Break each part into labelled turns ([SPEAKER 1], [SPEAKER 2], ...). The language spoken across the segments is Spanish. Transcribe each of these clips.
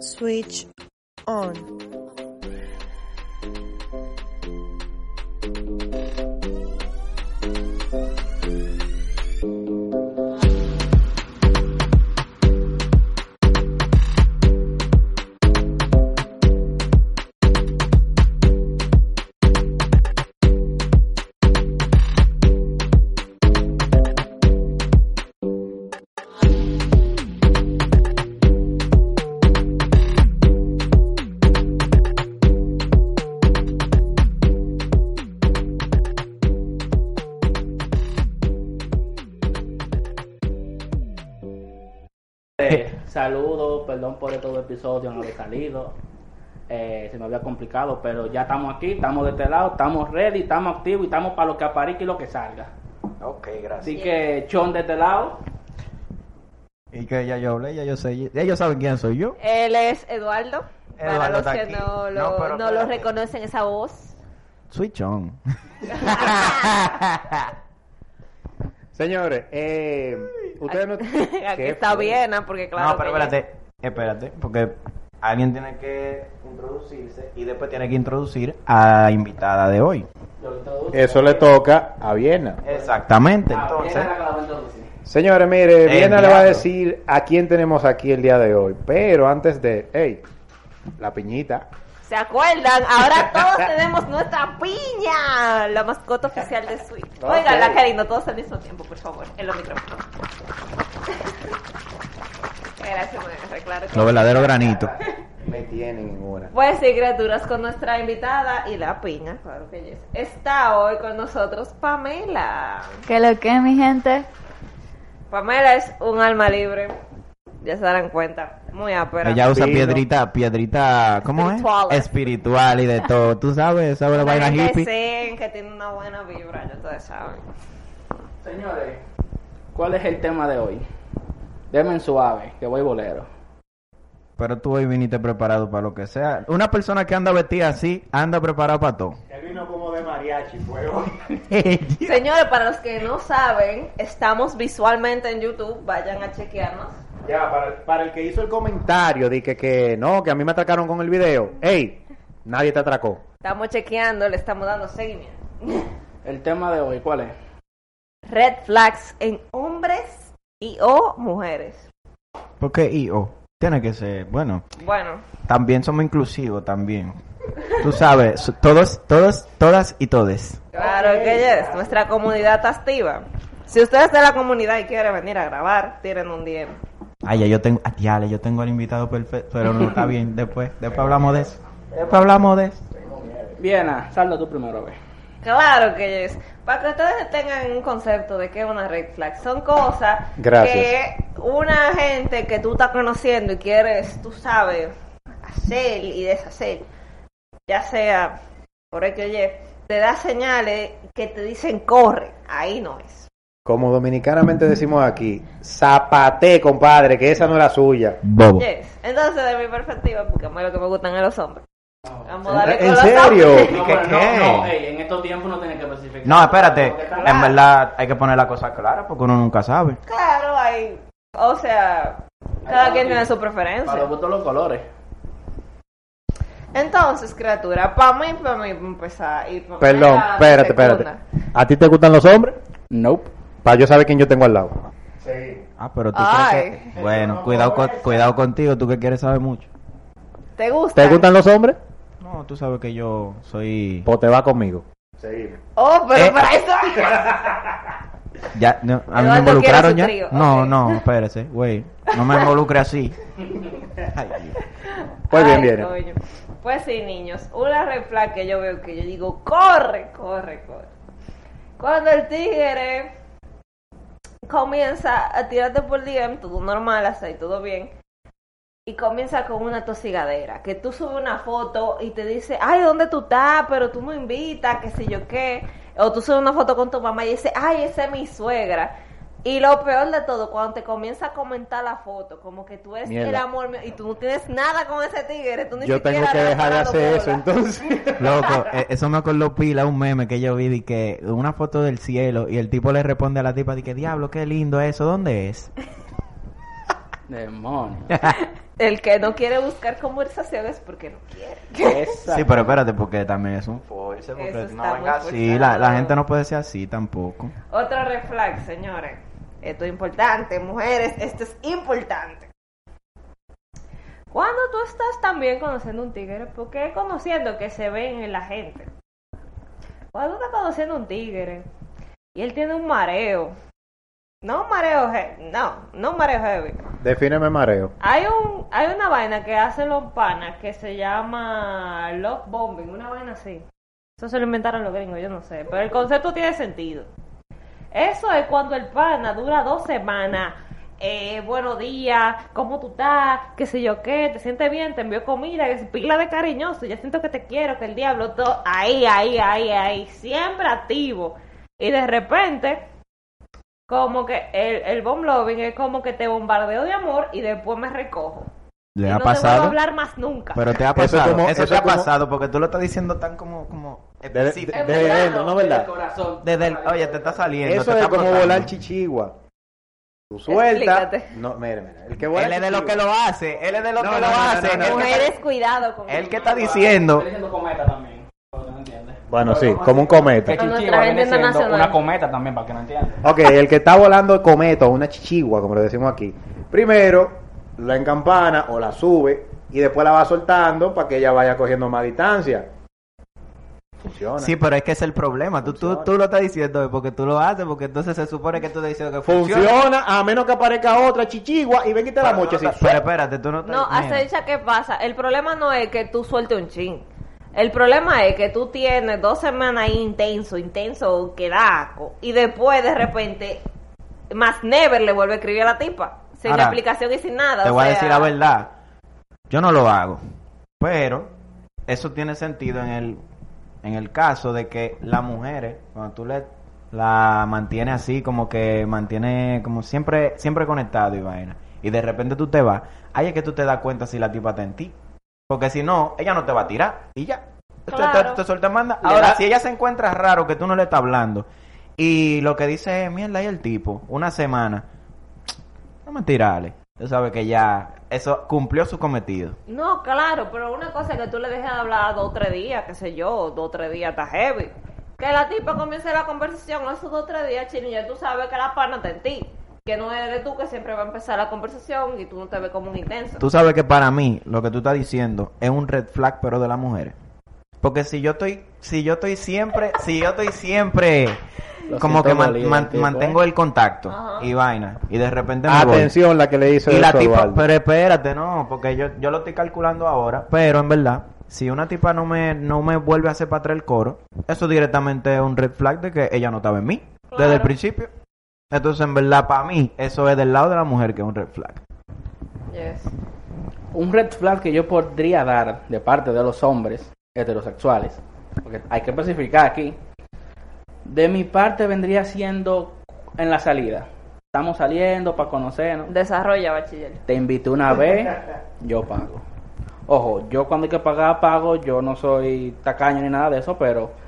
[SPEAKER 1] Switch on.
[SPEAKER 2] Eh, saludos, perdón por estos episodios no haber salido. Eh, se me había complicado, pero ya estamos aquí, estamos de este lado, estamos ready, estamos activos y estamos para lo que aparezca y lo que salga.
[SPEAKER 3] Ok, gracias.
[SPEAKER 2] Así que, Chon de este lado,
[SPEAKER 4] Y que ya yo hablé, ya yo sé, ya ellos saben quién soy yo.
[SPEAKER 5] Él es Eduardo. Para
[SPEAKER 3] Eduardo
[SPEAKER 5] los
[SPEAKER 3] está
[SPEAKER 5] que
[SPEAKER 3] aquí.
[SPEAKER 5] no lo,
[SPEAKER 3] No, pero
[SPEAKER 5] no lo
[SPEAKER 3] espérate.
[SPEAKER 5] reconocen esa voz.
[SPEAKER 4] Switch on.
[SPEAKER 6] Señores, eh, ustedes no...
[SPEAKER 5] Aquí
[SPEAKER 6] ¿Qué
[SPEAKER 5] está
[SPEAKER 6] fue?
[SPEAKER 5] Viena, porque claro.
[SPEAKER 3] no, pero
[SPEAKER 5] que ya-
[SPEAKER 3] espérate, espérate, porque alguien tiene que introducirse y después tiene que introducir a la invitada de hoy.
[SPEAKER 6] Eso le toca a Viena.
[SPEAKER 3] Exactamente,
[SPEAKER 2] Ah,
[SPEAKER 4] Ah,
[SPEAKER 3] entonces.
[SPEAKER 6] Señores, mire,
[SPEAKER 3] El
[SPEAKER 6] Viena le va a
[SPEAKER 3] diablo.
[SPEAKER 6] decir a quién tenemos aquí el día de hoy. Pero antes de... ¡Ey! La piñita.
[SPEAKER 5] ¿Se acuerdan? Ahora todos tenemos nuestra piña, la mascota oficial de Switch.
[SPEAKER 6] Ok.
[SPEAKER 5] Óiganla, cariño, todos al mismo tiempo, por favor, en los micrófonos. Gracias, Vanessa, claro que
[SPEAKER 4] Los verdaderos granitos.
[SPEAKER 6] Me tienen en una.
[SPEAKER 5] Pues sí, criaturas, con nuestra invitada y la piña, claro que yes. Está hoy con nosotros Pamela.
[SPEAKER 7] ¿Qué lo que, mi gente?
[SPEAKER 5] Pamela es un alma libre, ya se darán cuenta, muy ápera.
[SPEAKER 4] Ella usa
[SPEAKER 6] Vino.
[SPEAKER 4] piedrita, piedrita, ¿cómo es?
[SPEAKER 5] Espiritual.
[SPEAKER 4] Espiritual y de todo. Tú sabes, sabes la
[SPEAKER 5] Una
[SPEAKER 4] vaina
[SPEAKER 5] gente
[SPEAKER 4] hippie.
[SPEAKER 5] zen, que tiene una buena vibra, ya ustedes saben.
[SPEAKER 2] señores, ¿cuál es el tema de hoy? Demen suave, que voy bolero.
[SPEAKER 4] Pero tú hoy viniste preparado para lo que sea. Una persona que anda vestida así, anda preparada para todo.
[SPEAKER 5] Señores, para los que no saben, estamos visualmente en YouTube, vayan a chequearnos.
[SPEAKER 6] Ya, para, para el que hizo el comentario de que, que no, que a mí me atracaron con el video. ¡Ey! Nadie te atracó.
[SPEAKER 5] Estamos chequeando, le estamos dando seguimiento.
[SPEAKER 2] El tema de hoy, ¿cuál es?
[SPEAKER 5] Red flags en hombres y o mujeres.
[SPEAKER 4] Porque y o tiene que ser, bueno,
[SPEAKER 5] Bueno,
[SPEAKER 4] también somos inclusivos también. Tú sabes, so- todos, todos, todas y todes.
[SPEAKER 5] claro que es, nuestra comunidad está activa. Si ustedes de la comunidad y quieren venir a grabar, tienen un DM.
[SPEAKER 4] Ay, ya yo tengo, ah, diale, yo tengo al invitado perfecto, pero no está bien. Después, después hablamos de eso. Después hablamos de eso.
[SPEAKER 2] Viena, salda tú primero, ve.
[SPEAKER 5] Claro que es. Para que ustedes tengan un concepto de qué es una red flag, son cosas
[SPEAKER 6] Gracias.
[SPEAKER 5] que una gente que tú estás conociendo y quieres, tú sabes, hacer y deshacer, ya sea por el que oye, te da señales que te dicen corre, ahí no es.
[SPEAKER 6] Como dominicanamente decimos aquí, zapate, compadre, que esa no era suya.
[SPEAKER 4] Bobo.
[SPEAKER 5] Yes. Entonces, de mi perspectiva, porque a mí lo que me gustan es los hombres. Vamos a darle con
[SPEAKER 6] ¿En
[SPEAKER 5] los
[SPEAKER 6] serio?
[SPEAKER 5] hombres.
[SPEAKER 6] ¿Y qué
[SPEAKER 2] bueno,
[SPEAKER 6] qué?
[SPEAKER 2] no, no, ey, en estos tiempos no tiene que especificar.
[SPEAKER 4] No, espérate,
[SPEAKER 2] Porque está
[SPEAKER 4] en verdad hay que poner la cosa clara porque uno nunca sabe.
[SPEAKER 5] Claro, hay. O sea, cada quien tiene su preferencia.
[SPEAKER 2] Para los gustos los colores.
[SPEAKER 5] Entonces, criatura, para mí, para mí, pues, para empezar. Y pa'
[SPEAKER 6] Perdón,
[SPEAKER 5] Pamela,
[SPEAKER 6] espérate,
[SPEAKER 5] segunda.
[SPEAKER 6] espérate. ¿A ti te gustan los hombres?
[SPEAKER 2] Nope.
[SPEAKER 6] Para yo saber quién yo tengo al lado.
[SPEAKER 4] Ah, pero tú
[SPEAKER 5] Ay.
[SPEAKER 4] crees que... Bueno, cuidado, con- cuidado contigo, tú que quieres saber mucho.
[SPEAKER 5] ¿Te gusta?
[SPEAKER 6] ¿Te gustan los hombres?
[SPEAKER 4] No, tú sabes que yo soy...
[SPEAKER 6] Pues te va conmigo.
[SPEAKER 5] Oh, pero
[SPEAKER 4] Eh.
[SPEAKER 5] para eso.
[SPEAKER 4] Ya, no, ¿A mí
[SPEAKER 5] Eduardo
[SPEAKER 4] me involucraron
[SPEAKER 5] quiere su
[SPEAKER 4] ya?
[SPEAKER 5] trío,
[SPEAKER 4] No,
[SPEAKER 5] ok.
[SPEAKER 4] no, espérese, güey. No me involucre así. Ay, Dios.
[SPEAKER 6] Pues bien,
[SPEAKER 5] Ay,
[SPEAKER 6] bien.
[SPEAKER 5] coño. Pues sí, niños. Una red flag que yo veo que yo digo, corre, corre, corre. Cuando el tigre comienza a tirarte por DM, todo normal, hasta ahí todo bien. Y comienza con una tosigadera, que tú subes una foto y te dice, ay, ¿dónde tú estás? Pero tú me invitas, que sé yo qué. O tú subes una foto con tu mamá y dice, ay, esa es mi suegra. Y lo peor de todo, cuando te comienza a comentar la foto, como que tú eres
[SPEAKER 6] Mierda.
[SPEAKER 5] el amor mío, y tú no tienes nada con ese tigre, tú ni
[SPEAKER 6] Yo
[SPEAKER 5] siquiera
[SPEAKER 6] tengo que
[SPEAKER 5] le has
[SPEAKER 6] dejar de
[SPEAKER 5] parado
[SPEAKER 6] hacer eso,
[SPEAKER 5] bola.
[SPEAKER 6] entonces.
[SPEAKER 4] Loco, eh, eso me acordó pila un meme que yo vi de que una foto del cielo y el tipo le responde a la tipa de que diablo, qué lindo eso, ¿dónde es?
[SPEAKER 2] Demonio.
[SPEAKER 5] El que no quiere buscar conversaciones porque no quiere.
[SPEAKER 2] Esa-
[SPEAKER 4] Sí, pero espérate, porque también es un force,
[SPEAKER 5] Eso
[SPEAKER 4] porque
[SPEAKER 5] está
[SPEAKER 4] no venga
[SPEAKER 5] muy
[SPEAKER 4] así, la, la
[SPEAKER 5] forzado.
[SPEAKER 4] gente no puede ser así tampoco.
[SPEAKER 5] Otro red flag, señores. Esto es importante, mujeres, esto es importante. Cuando tú estás también conociendo un tigre, porque es conociendo que se ven en la gente. Cuando tú estás conociendo un tigre y él tiene un mareo, no un mareo, he- no, no un mareo heavy.
[SPEAKER 6] Defíneme mareo.
[SPEAKER 5] Hay un hay una vaina que hacen los panas que se llama love bombing, una vaina así. Eso se lo inventaron los gringos, yo no sé, pero el concepto tiene sentido. Eso es cuando el pana dura dos semanas. Eh, buenos días, ¿cómo tú estás? ¿Qué sé yo qué? ¿Te sientes bien? ¿Te envió comida? Es pila de cariñoso. Ya siento que te quiero, que el diablo todo. Ahí, ahí, ahí, ahí. Siempre activo. Y de repente, como que el, el bomb loving es como que te bombardeo de amor y después me recojo.
[SPEAKER 4] ¿Le
[SPEAKER 5] y
[SPEAKER 4] ha
[SPEAKER 5] no te vuelvo a
[SPEAKER 4] pasado?
[SPEAKER 5] hablar más nunca.
[SPEAKER 4] Pero te ha
[SPEAKER 6] Eso es
[SPEAKER 4] pasado, eso,
[SPEAKER 6] como- eso
[SPEAKER 4] te
[SPEAKER 6] es
[SPEAKER 4] ha
[SPEAKER 6] como-
[SPEAKER 4] pasado, porque tú lo estás diciendo tan como, como
[SPEAKER 6] De- de-
[SPEAKER 4] específico.
[SPEAKER 6] de- de- no, no, ¿verdad?
[SPEAKER 2] corazón.
[SPEAKER 4] Desde el- oye, te está saliendo.
[SPEAKER 6] Eso
[SPEAKER 4] te
[SPEAKER 6] es
[SPEAKER 4] está
[SPEAKER 6] como
[SPEAKER 4] brotando.
[SPEAKER 6] volar chichigua. Tú sueltas.
[SPEAKER 5] Explícate.
[SPEAKER 6] No, mira, mira. El que vuela
[SPEAKER 4] Él es de lo que
[SPEAKER 6] chichigua.
[SPEAKER 4] lo hace, él es de lo
[SPEAKER 6] No,
[SPEAKER 4] que
[SPEAKER 6] no,
[SPEAKER 4] lo
[SPEAKER 6] no, no,
[SPEAKER 4] hace.
[SPEAKER 6] no, no.
[SPEAKER 4] él que-
[SPEAKER 5] Mujeres, cuidado con
[SPEAKER 4] Él que está diciendo,
[SPEAKER 2] Estoy diciendo cometa también. pero no entiendes.
[SPEAKER 6] Bueno, sí, como un cometa.
[SPEAKER 2] Que
[SPEAKER 5] Con nuestra
[SPEAKER 2] Chinchilla
[SPEAKER 5] gente
[SPEAKER 2] viene siendo
[SPEAKER 5] internacional.
[SPEAKER 2] una cometa también, para que no entiendas.
[SPEAKER 6] Ok, el que está volando el cometa o una chichigua, como lo decimos aquí. Primero la encampana o la sube y después la va soltando para que ella vaya cogiendo más distancia. Funciona.
[SPEAKER 4] Sí, pero es que es el problema. Tú, tú,
[SPEAKER 6] Funciona.
[SPEAKER 4] tú lo estás diciendo eh, porque tú lo haces, porque entonces se supone que tú estás diciendo que funciona.
[SPEAKER 6] funciona, a menos que aparezca otra chichigua y ven y te la moche. así.
[SPEAKER 4] Pero, pero espérate, tú no estás-
[SPEAKER 5] No,
[SPEAKER 4] mira.
[SPEAKER 5] acecha, ¿qué pasa? El problema no es que tú suelte un chin. El problema es que tú tienes dos semanas ahí intenso, intenso, que da asco. Y después, de repente, más never le vuelve a escribir a la tipa. Sin
[SPEAKER 4] Ahora,
[SPEAKER 5] explicación y sin nada.
[SPEAKER 4] Te
[SPEAKER 5] o
[SPEAKER 4] voy a
[SPEAKER 5] sea,
[SPEAKER 4] decir la verdad. Yo no lo hago. Pero eso tiene sentido en el, en el caso de que las mujeres, cuando tú le, la mantienes así, como que mantiene como siempre, siempre conectado y vaina. Y de repente tú te vas. Ahí es que tú te das cuenta si la tipa está en ti. Porque si no, ella no te va a tirar. Y ya. Te- Te,
[SPEAKER 5] Claro.
[SPEAKER 4] te suelta y manda.
[SPEAKER 2] Le
[SPEAKER 4] Ahora,
[SPEAKER 2] da-
[SPEAKER 4] si ella se encuentra raro que tú no le estás hablando. Y lo que dice es, mierda, y el tipo, una semana. No me tirale. Tú sabes que ya eso cumplió su cometido.
[SPEAKER 5] No, claro, pero una cosa es que tú le dejes de hablar dos o tres días, qué sé yo, dos o tres días está heavy. Que la tipa comience la conversación esos dos o tres días, chino, ya tú sabes que la pana está en ti. Que no eres tú que siempre va a empezar la conversación y tú no te ves como un intenso.
[SPEAKER 4] Tú sabes que para mí lo que tú estás diciendo es un red flag pero de las mujeres. Porque si yo estoy si yo estoy siempre, si yo estoy siempre
[SPEAKER 2] Lo
[SPEAKER 4] como
[SPEAKER 2] siento
[SPEAKER 4] que man-
[SPEAKER 2] doliente,
[SPEAKER 4] man-
[SPEAKER 2] pues.
[SPEAKER 4] mantengo el contacto
[SPEAKER 5] Ajá.
[SPEAKER 4] y vaina y de repente me voy.
[SPEAKER 6] Atención la que le hizo
[SPEAKER 4] Y la
[SPEAKER 6] eso a
[SPEAKER 4] tipa,
[SPEAKER 6] Eduardo.
[SPEAKER 4] pero espérate, no, porque yo, yo lo estoy calculando ahora, pero en verdad, si una tipa no me, no me vuelve a hacer para atrás el coro, eso directamente es un red flag de que ella no estaba en mí desde el
[SPEAKER 5] Claro.
[SPEAKER 4] principio. Entonces, en verdad, para mí, eso es del lado de la mujer que es un red flag.
[SPEAKER 5] Yes.
[SPEAKER 2] Un red flag que yo podría dar de parte de los hombres heterosexuales, porque hay que especificar aquí, de mi parte vendría siendo en la salida. Estamos saliendo para conocernos.
[SPEAKER 5] Desarrolla, bachiller.
[SPEAKER 2] Te invité una vez, yo pago. Ojo, yo cuando hay que pagar, pago. Yo no soy tacaño ni nada de eso, pero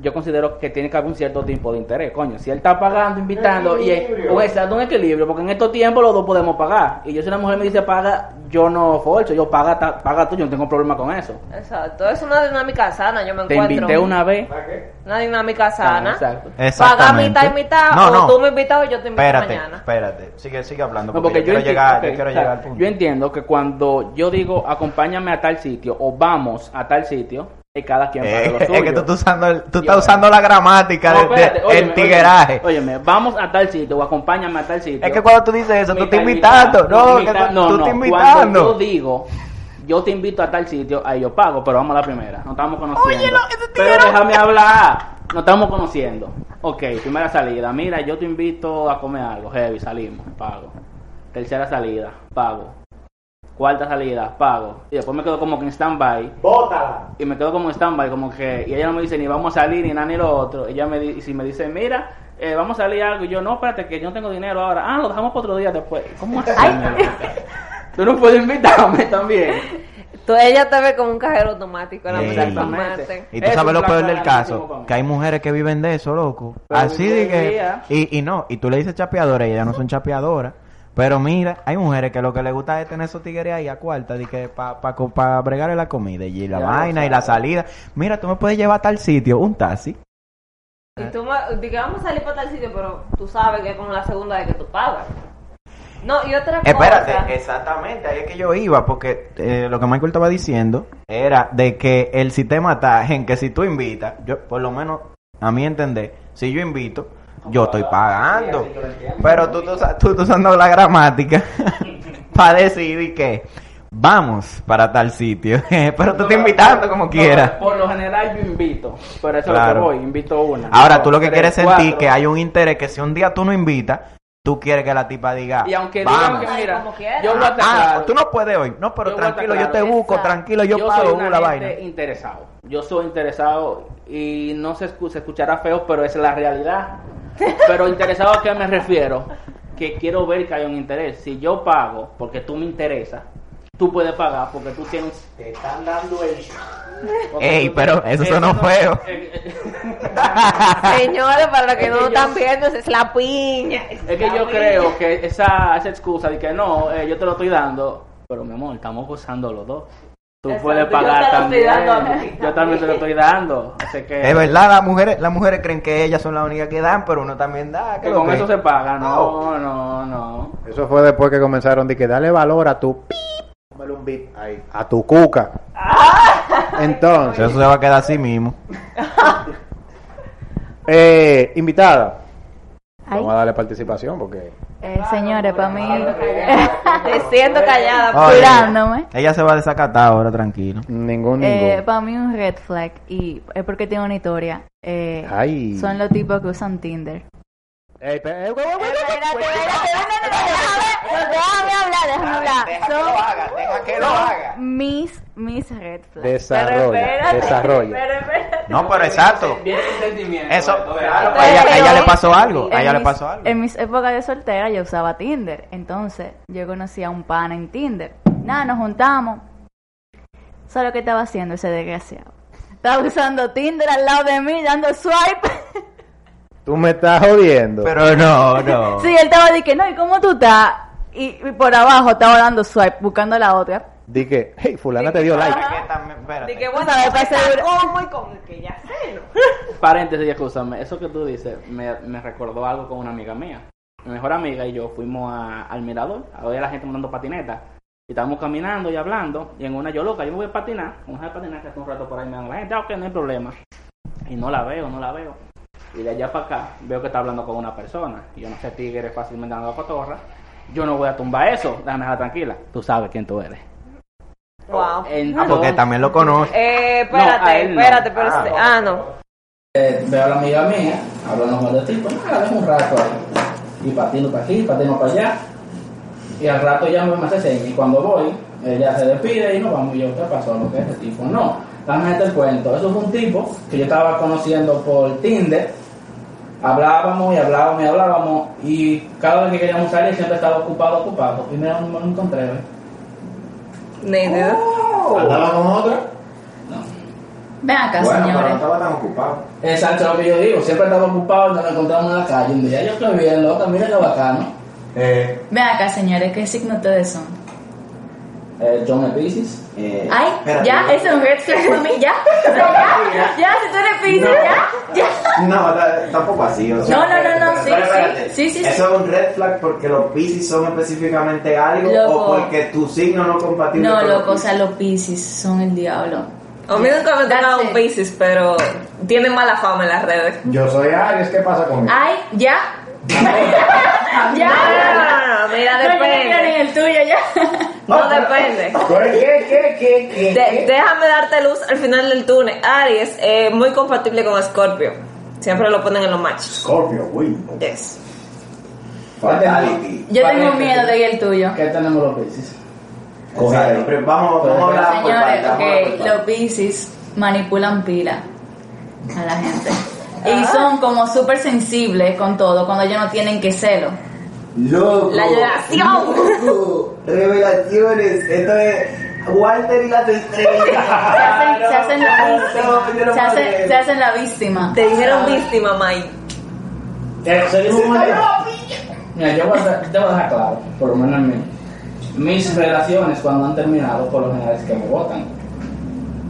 [SPEAKER 2] yo considero que tiene que haber un cierto tipo de interés, coño. Si él está pagando, invitando, y es un exacto, un equilibrio, porque en estos tiempos los dos podemos pagar. Y yo, si una mujer me dice paga, yo no forzo, yo paga, ta- paga tú, yo no tengo problema con eso.
[SPEAKER 5] Exacto, es una dinámica sana, yo me
[SPEAKER 2] Te
[SPEAKER 5] encuentro.
[SPEAKER 2] invité una vez,
[SPEAKER 5] Una dinámica sana.
[SPEAKER 2] Exacto.
[SPEAKER 5] Paga
[SPEAKER 4] Exactamente.
[SPEAKER 5] mitad y mitad,
[SPEAKER 4] No,
[SPEAKER 5] o
[SPEAKER 4] no.
[SPEAKER 5] tú me invitas o yo te invito
[SPEAKER 4] Espérate,
[SPEAKER 5] mañana.
[SPEAKER 4] espérate, sigue, sigue hablando,
[SPEAKER 2] No,
[SPEAKER 4] porque, yo, quiero
[SPEAKER 2] enti-
[SPEAKER 4] llegar,
[SPEAKER 2] ok,
[SPEAKER 4] yo quiero
[SPEAKER 2] o sea,
[SPEAKER 4] llegar al punto.
[SPEAKER 2] yo entiendo que cuando yo digo acompáñame a tal sitio o vamos a tal sitio, es cada quien paga
[SPEAKER 4] Eh,
[SPEAKER 2] lo
[SPEAKER 4] es
[SPEAKER 2] suyo.
[SPEAKER 4] que tú, estás usando, el- tú
[SPEAKER 2] Yo-
[SPEAKER 4] estás usando la gramática,
[SPEAKER 2] No,
[SPEAKER 4] del
[SPEAKER 2] espérate, óyeme, óyeme,
[SPEAKER 4] tigueraje.
[SPEAKER 2] óyeme, vamos a tal sitio o acompáñame a tal sitio.
[SPEAKER 4] Es que cuando tú dices eso, tú
[SPEAKER 2] Mitad
[SPEAKER 4] estás
[SPEAKER 2] y mitad,
[SPEAKER 4] invitando. No, que
[SPEAKER 2] mitad-
[SPEAKER 4] tú,
[SPEAKER 2] no,
[SPEAKER 4] tú
[SPEAKER 2] no,
[SPEAKER 4] estás
[SPEAKER 2] Cuando
[SPEAKER 4] invitando.
[SPEAKER 2] yo digo, yo te invito a tal sitio, ahí yo pago, pero vamos a la primera. No estamos conociendo. Pero déjame hablar. nos estamos conociendo. Ok, primera salida. Mira, yo te invito a comer algo. Heavy, salimos, pago. Tercera salida, pago. Cuarta salida, pago. Y después me quedo como que en stand-by.
[SPEAKER 6] ¡Bótala!
[SPEAKER 2] Y me quedo como en stand-by, como que. Y ella no me dice ni vamos a salir, ni nada, ni lo otro. Ella me dice, y si me dice, mira, eh, vamos a salir algo. Y yo, no, espérate, que yo no tengo dinero ahora. Ah, lo dejamos para otro día después. ¿Cómo así?
[SPEAKER 5] Ay.
[SPEAKER 2] mi amor? Tú no puedes invitarme también.
[SPEAKER 5] Tú, ella te ve como un cajero automático, la
[SPEAKER 4] Sí.
[SPEAKER 5] mujer del
[SPEAKER 2] Exactamente.
[SPEAKER 5] tomate.
[SPEAKER 4] Y tú
[SPEAKER 2] Es un
[SPEAKER 4] sabes lo peor
[SPEAKER 2] placer
[SPEAKER 4] del
[SPEAKER 2] grandísimo para
[SPEAKER 4] caso,
[SPEAKER 2] mí.
[SPEAKER 4] que hay mujeres que viven de eso, loco.
[SPEAKER 2] Pero
[SPEAKER 4] Así
[SPEAKER 2] hoy
[SPEAKER 4] de
[SPEAKER 2] en
[SPEAKER 4] que...
[SPEAKER 2] día-
[SPEAKER 4] Y, y no, y tú le dices chapeadora y ellas no son chapeadoras. Pero mira, hay mujeres que lo que les gusta es tener esos tigres ahí a cuarta, de que para pa, co- pa bregarle la comida y
[SPEAKER 2] Ya
[SPEAKER 4] la
[SPEAKER 2] lo
[SPEAKER 4] vaina y
[SPEAKER 2] sabes.
[SPEAKER 4] la salida. Mira, tú me puedes llevar a tal sitio, un taxi.
[SPEAKER 5] Y tú me- di que vamos a salir para tal sitio, pero tú sabes que es como la segunda vez que tú pagas. No, y otra cosa. Ah,
[SPEAKER 4] Espérate, exactamente, ahí es que yo iba, porque eh, lo que Michael estaba diciendo era de que el sistema está en que si tú invitas, yo por lo menos a mi entender, si yo invito, yo
[SPEAKER 2] Ah,
[SPEAKER 4] estoy pagando. Pero tú, tú, sa- tú estás usando la gramática para decidir que vamos para tal sitio, pero tú estás invitando como
[SPEAKER 2] No,
[SPEAKER 4] quieras.
[SPEAKER 2] Por lo general yo invito, pero eso es
[SPEAKER 4] Claro.
[SPEAKER 2] lo que voy, invito una.
[SPEAKER 4] Ahora
[SPEAKER 2] dos,
[SPEAKER 4] tú lo que
[SPEAKER 2] tres,
[SPEAKER 4] quieres es sentir
[SPEAKER 2] cuatro.
[SPEAKER 4] que hay un interés que si un día tú no invitas, tú quieres que la tipa diga,
[SPEAKER 2] Y aunque digan
[SPEAKER 4] vamos.
[SPEAKER 2] que
[SPEAKER 5] Ay,
[SPEAKER 2] mira,
[SPEAKER 5] como quiera.
[SPEAKER 2] yo voy a
[SPEAKER 4] Ah,
[SPEAKER 2] estar claro.
[SPEAKER 4] tú no puedes hoy. No, pero
[SPEAKER 2] Yo voy a
[SPEAKER 4] tranquilo, yo
[SPEAKER 2] estar
[SPEAKER 4] te
[SPEAKER 2] claro.
[SPEAKER 4] busco, tranquilo, yo,
[SPEAKER 2] soy
[SPEAKER 4] pago
[SPEAKER 2] un
[SPEAKER 4] la
[SPEAKER 2] agente
[SPEAKER 4] vaina.
[SPEAKER 2] interesado. Yo soy interesado y no se, escu- se escuchará feo, pero es la realidad. Pero interesado a qué me refiero? Que quiero ver que hay un interés. Si yo pago porque tú me interesas, tú puedes pagar porque tú tienes
[SPEAKER 6] Te están dando el...
[SPEAKER 2] porque
[SPEAKER 4] Ey,
[SPEAKER 2] tú-
[SPEAKER 4] pero eso sonó
[SPEAKER 2] no-
[SPEAKER 4] feo.
[SPEAKER 2] eh, eh,
[SPEAKER 5] Señores, para los que
[SPEAKER 2] Es
[SPEAKER 5] no
[SPEAKER 2] que
[SPEAKER 5] lo
[SPEAKER 2] yo-
[SPEAKER 5] están viendo, esa es la piña.
[SPEAKER 2] Es que yo creo que esa, esa excusa de que no, eh, yo te lo estoy dando, pero mi amor, estamos gozando los dos. Tú
[SPEAKER 5] Exacto,
[SPEAKER 2] puedes
[SPEAKER 5] yo
[SPEAKER 2] pagar
[SPEAKER 5] te
[SPEAKER 2] también.
[SPEAKER 5] lo estoy dando a mí
[SPEAKER 2] Yo también te lo estoy dando. Así que,
[SPEAKER 4] Es verdad, las mujeres, las mujeres creen que ellas son las únicas que dan, pero uno también da.
[SPEAKER 2] que
[SPEAKER 4] ¿qué
[SPEAKER 2] con
[SPEAKER 4] lo que?
[SPEAKER 2] eso se paga. No, no, no.
[SPEAKER 6] Eso fue después que comenzaron de que dale valor a tu... pi- Póngale un beat ahí. A tu cuca. Entonces,
[SPEAKER 4] Eso se va a quedar así mismo.
[SPEAKER 6] eh, invitada.
[SPEAKER 7] Ay.
[SPEAKER 6] Vamos a darle participación porque...
[SPEAKER 7] Eh, señores, para mí,
[SPEAKER 5] Te siento callada.
[SPEAKER 4] Oye,
[SPEAKER 7] Curándome.
[SPEAKER 4] Ella se va a desacatar ahora, tranquilo.
[SPEAKER 6] Ningún,
[SPEAKER 7] Eh,
[SPEAKER 6] ningún.
[SPEAKER 7] para mí un red flag y es porque tiene una historia. eh,
[SPEAKER 6] Ay.
[SPEAKER 7] son los tipos que usan Tinder.
[SPEAKER 6] Ey, pe- eh, güey, güey, güey.
[SPEAKER 7] Déjame hablar, déjame hablar.
[SPEAKER 4] deja que
[SPEAKER 7] Son mis, mis red flags.
[SPEAKER 6] Desarrolla, desarrolla.
[SPEAKER 5] Pero espérate.
[SPEAKER 4] No, pero exacto.
[SPEAKER 2] Viene el sentimiento.
[SPEAKER 4] Eso,
[SPEAKER 5] eh,
[SPEAKER 2] todo
[SPEAKER 4] a
[SPEAKER 2] el-
[SPEAKER 4] ella,
[SPEAKER 5] Pero-
[SPEAKER 4] a ella le pasó algo. A ella
[SPEAKER 7] En
[SPEAKER 4] le
[SPEAKER 7] mis-
[SPEAKER 4] pasó algo.
[SPEAKER 7] En mis épocas de soltera yo usaba Tinder. Entonces yo conocía a un pana en Tinder. Nada, nos juntamos. ¿Sabes lo que estaba haciendo ese desgraciado? Estaba usando Tinder al lado de mí, dando swipe.
[SPEAKER 6] Tú me estás jodiendo.
[SPEAKER 4] Pero no, no.
[SPEAKER 7] Sí, él estaba diciendo, no, ¿y cómo tú estás? Y, y por abajo estaba dando swipe, buscando a la otra.
[SPEAKER 6] Di que, hey, fulana te dio like.
[SPEAKER 4] Es que también- espérate.
[SPEAKER 5] Así que bueno,
[SPEAKER 7] Sabe,
[SPEAKER 5] pues,
[SPEAKER 7] para seguro.
[SPEAKER 5] ¿cómo y con que ya sé? ¿no?
[SPEAKER 2] Paréntesis, escúchame. Eso que tú dices me, me recordó algo con una amiga mía. Mi mejor amiga y yo fuimos a- al mirador a ver a la gente montando patineta. Y estábamos caminando y hablando. Y en una yo loca, yo me voy a patinar. Vamos a patinar que hace un rato por ahí me dan la gente. Ah, ok, no hay problema. Y no la veo, no la veo. Y de allá para acá veo que está hablando con una persona. Y yo no sé, tigre fácilmente dando cotorra. Yo no voy a tumbar eso. Déjame dejarla tranquila. Tú sabes quién tú eres.
[SPEAKER 5] Wow.
[SPEAKER 4] Ah, porque también lo conoce.
[SPEAKER 5] Eh,
[SPEAKER 2] Eh, No, a
[SPEAKER 5] espérate,
[SPEAKER 2] él no.
[SPEAKER 5] espérate, pero
[SPEAKER 4] Ah.
[SPEAKER 5] este- ah, no.
[SPEAKER 2] Eh, veo a la amiga mía, hablando con el tipo, ah, dame un rato ahí. Y patino para aquí, patino para allá. Y al rato ya me hace señas. Y cuando voy, ella se despide y nos vamos. Y yo, ¿qué pasó? Lo que es este tipo. No, dame este el cuento. Eso fue un tipo que yo estaba conociendo por Tinder. Hablábamos y hablábamos y hablábamos. Y cada vez que queríamos salir siempre estaba ocupado, ocupado. Y mira, no me encontré. ¿eh?
[SPEAKER 5] Neither.
[SPEAKER 6] Andaba con otra.
[SPEAKER 7] Ven acá, señores.
[SPEAKER 4] estaba tan ocupado.
[SPEAKER 2] Exacto, lo que yo digo. Siempre estaba ocupado y nos encontramos en la calle. Un día yo estoy bien, loca, mira qué bacano.
[SPEAKER 4] Eh,
[SPEAKER 7] Ven acá, señores, ¿qué signo ustedes son?
[SPEAKER 2] Eh, John es Pisces.
[SPEAKER 4] eh,
[SPEAKER 5] Ah.
[SPEAKER 7] Ay,
[SPEAKER 4] espérate.
[SPEAKER 7] ya, ese es un red flag para mí, ya. O sea, ya, ya, si tú eres Pisces, ya, ya.
[SPEAKER 4] No, ta- tampoco así. O sea,
[SPEAKER 7] No, no, no, no,
[SPEAKER 4] pero-
[SPEAKER 7] sí,
[SPEAKER 4] pero
[SPEAKER 7] sí,
[SPEAKER 4] espérate.
[SPEAKER 7] sí, sí, sí.
[SPEAKER 4] Eso es un red flag porque los Pisces son específicamente algo
[SPEAKER 7] Loco.
[SPEAKER 4] o porque tu signo no es compatible.
[SPEAKER 7] No,
[SPEAKER 4] con los
[SPEAKER 7] loco, o
[SPEAKER 4] Piscis.
[SPEAKER 7] sea, los Pisces son el diablo.
[SPEAKER 5] A mí nunca me ha tocado
[SPEAKER 7] That's
[SPEAKER 5] un
[SPEAKER 7] it.
[SPEAKER 5] Pisces, pero tiene mala fama en las redes.
[SPEAKER 6] Yo soy Aries, ¿qué pasa conmigo?
[SPEAKER 7] Ay, ya. ya.
[SPEAKER 5] Ah, mira,
[SPEAKER 7] No, yo no quiero ni
[SPEAKER 5] depende.
[SPEAKER 7] el tuyo, ya.
[SPEAKER 5] No depende.
[SPEAKER 6] ¿Qué, qué, qué, qué?
[SPEAKER 5] De- déjame darte luz al final del túnel. Aries, eh, muy compatible con Scorpio. Siempre lo ponen en los matches.
[SPEAKER 4] Scorpio, Win.
[SPEAKER 5] Yes.
[SPEAKER 4] Fatality.
[SPEAKER 7] Yo tengo miedo de ir el tuyo.
[SPEAKER 2] ¿Qué tenemos los Pisces?
[SPEAKER 4] Coger.
[SPEAKER 8] Pero vamos, vamos a hablar por
[SPEAKER 7] Señores,
[SPEAKER 8] parte, vamos a hablar
[SPEAKER 7] ok,
[SPEAKER 8] por
[SPEAKER 7] los Pisces manipulan pila a la gente. Y son como súper sensibles con todo cuando ellos no tienen que serlo.
[SPEAKER 4] Loco.
[SPEAKER 5] La lloración.
[SPEAKER 4] Loco. Revelaciones. Esto es Walter y las
[SPEAKER 7] Se hacen,
[SPEAKER 4] estrellas.
[SPEAKER 7] se hacen la víctima. se, hacen- se hacen la víctima.
[SPEAKER 5] Te dijeron víctima, Mike.
[SPEAKER 2] Eh, seguimos con el- Mira, yo voy a dejar- te voy a dejar claro, por lo menos en mí. Mis relaciones cuando han terminado, por lo general es que me votan.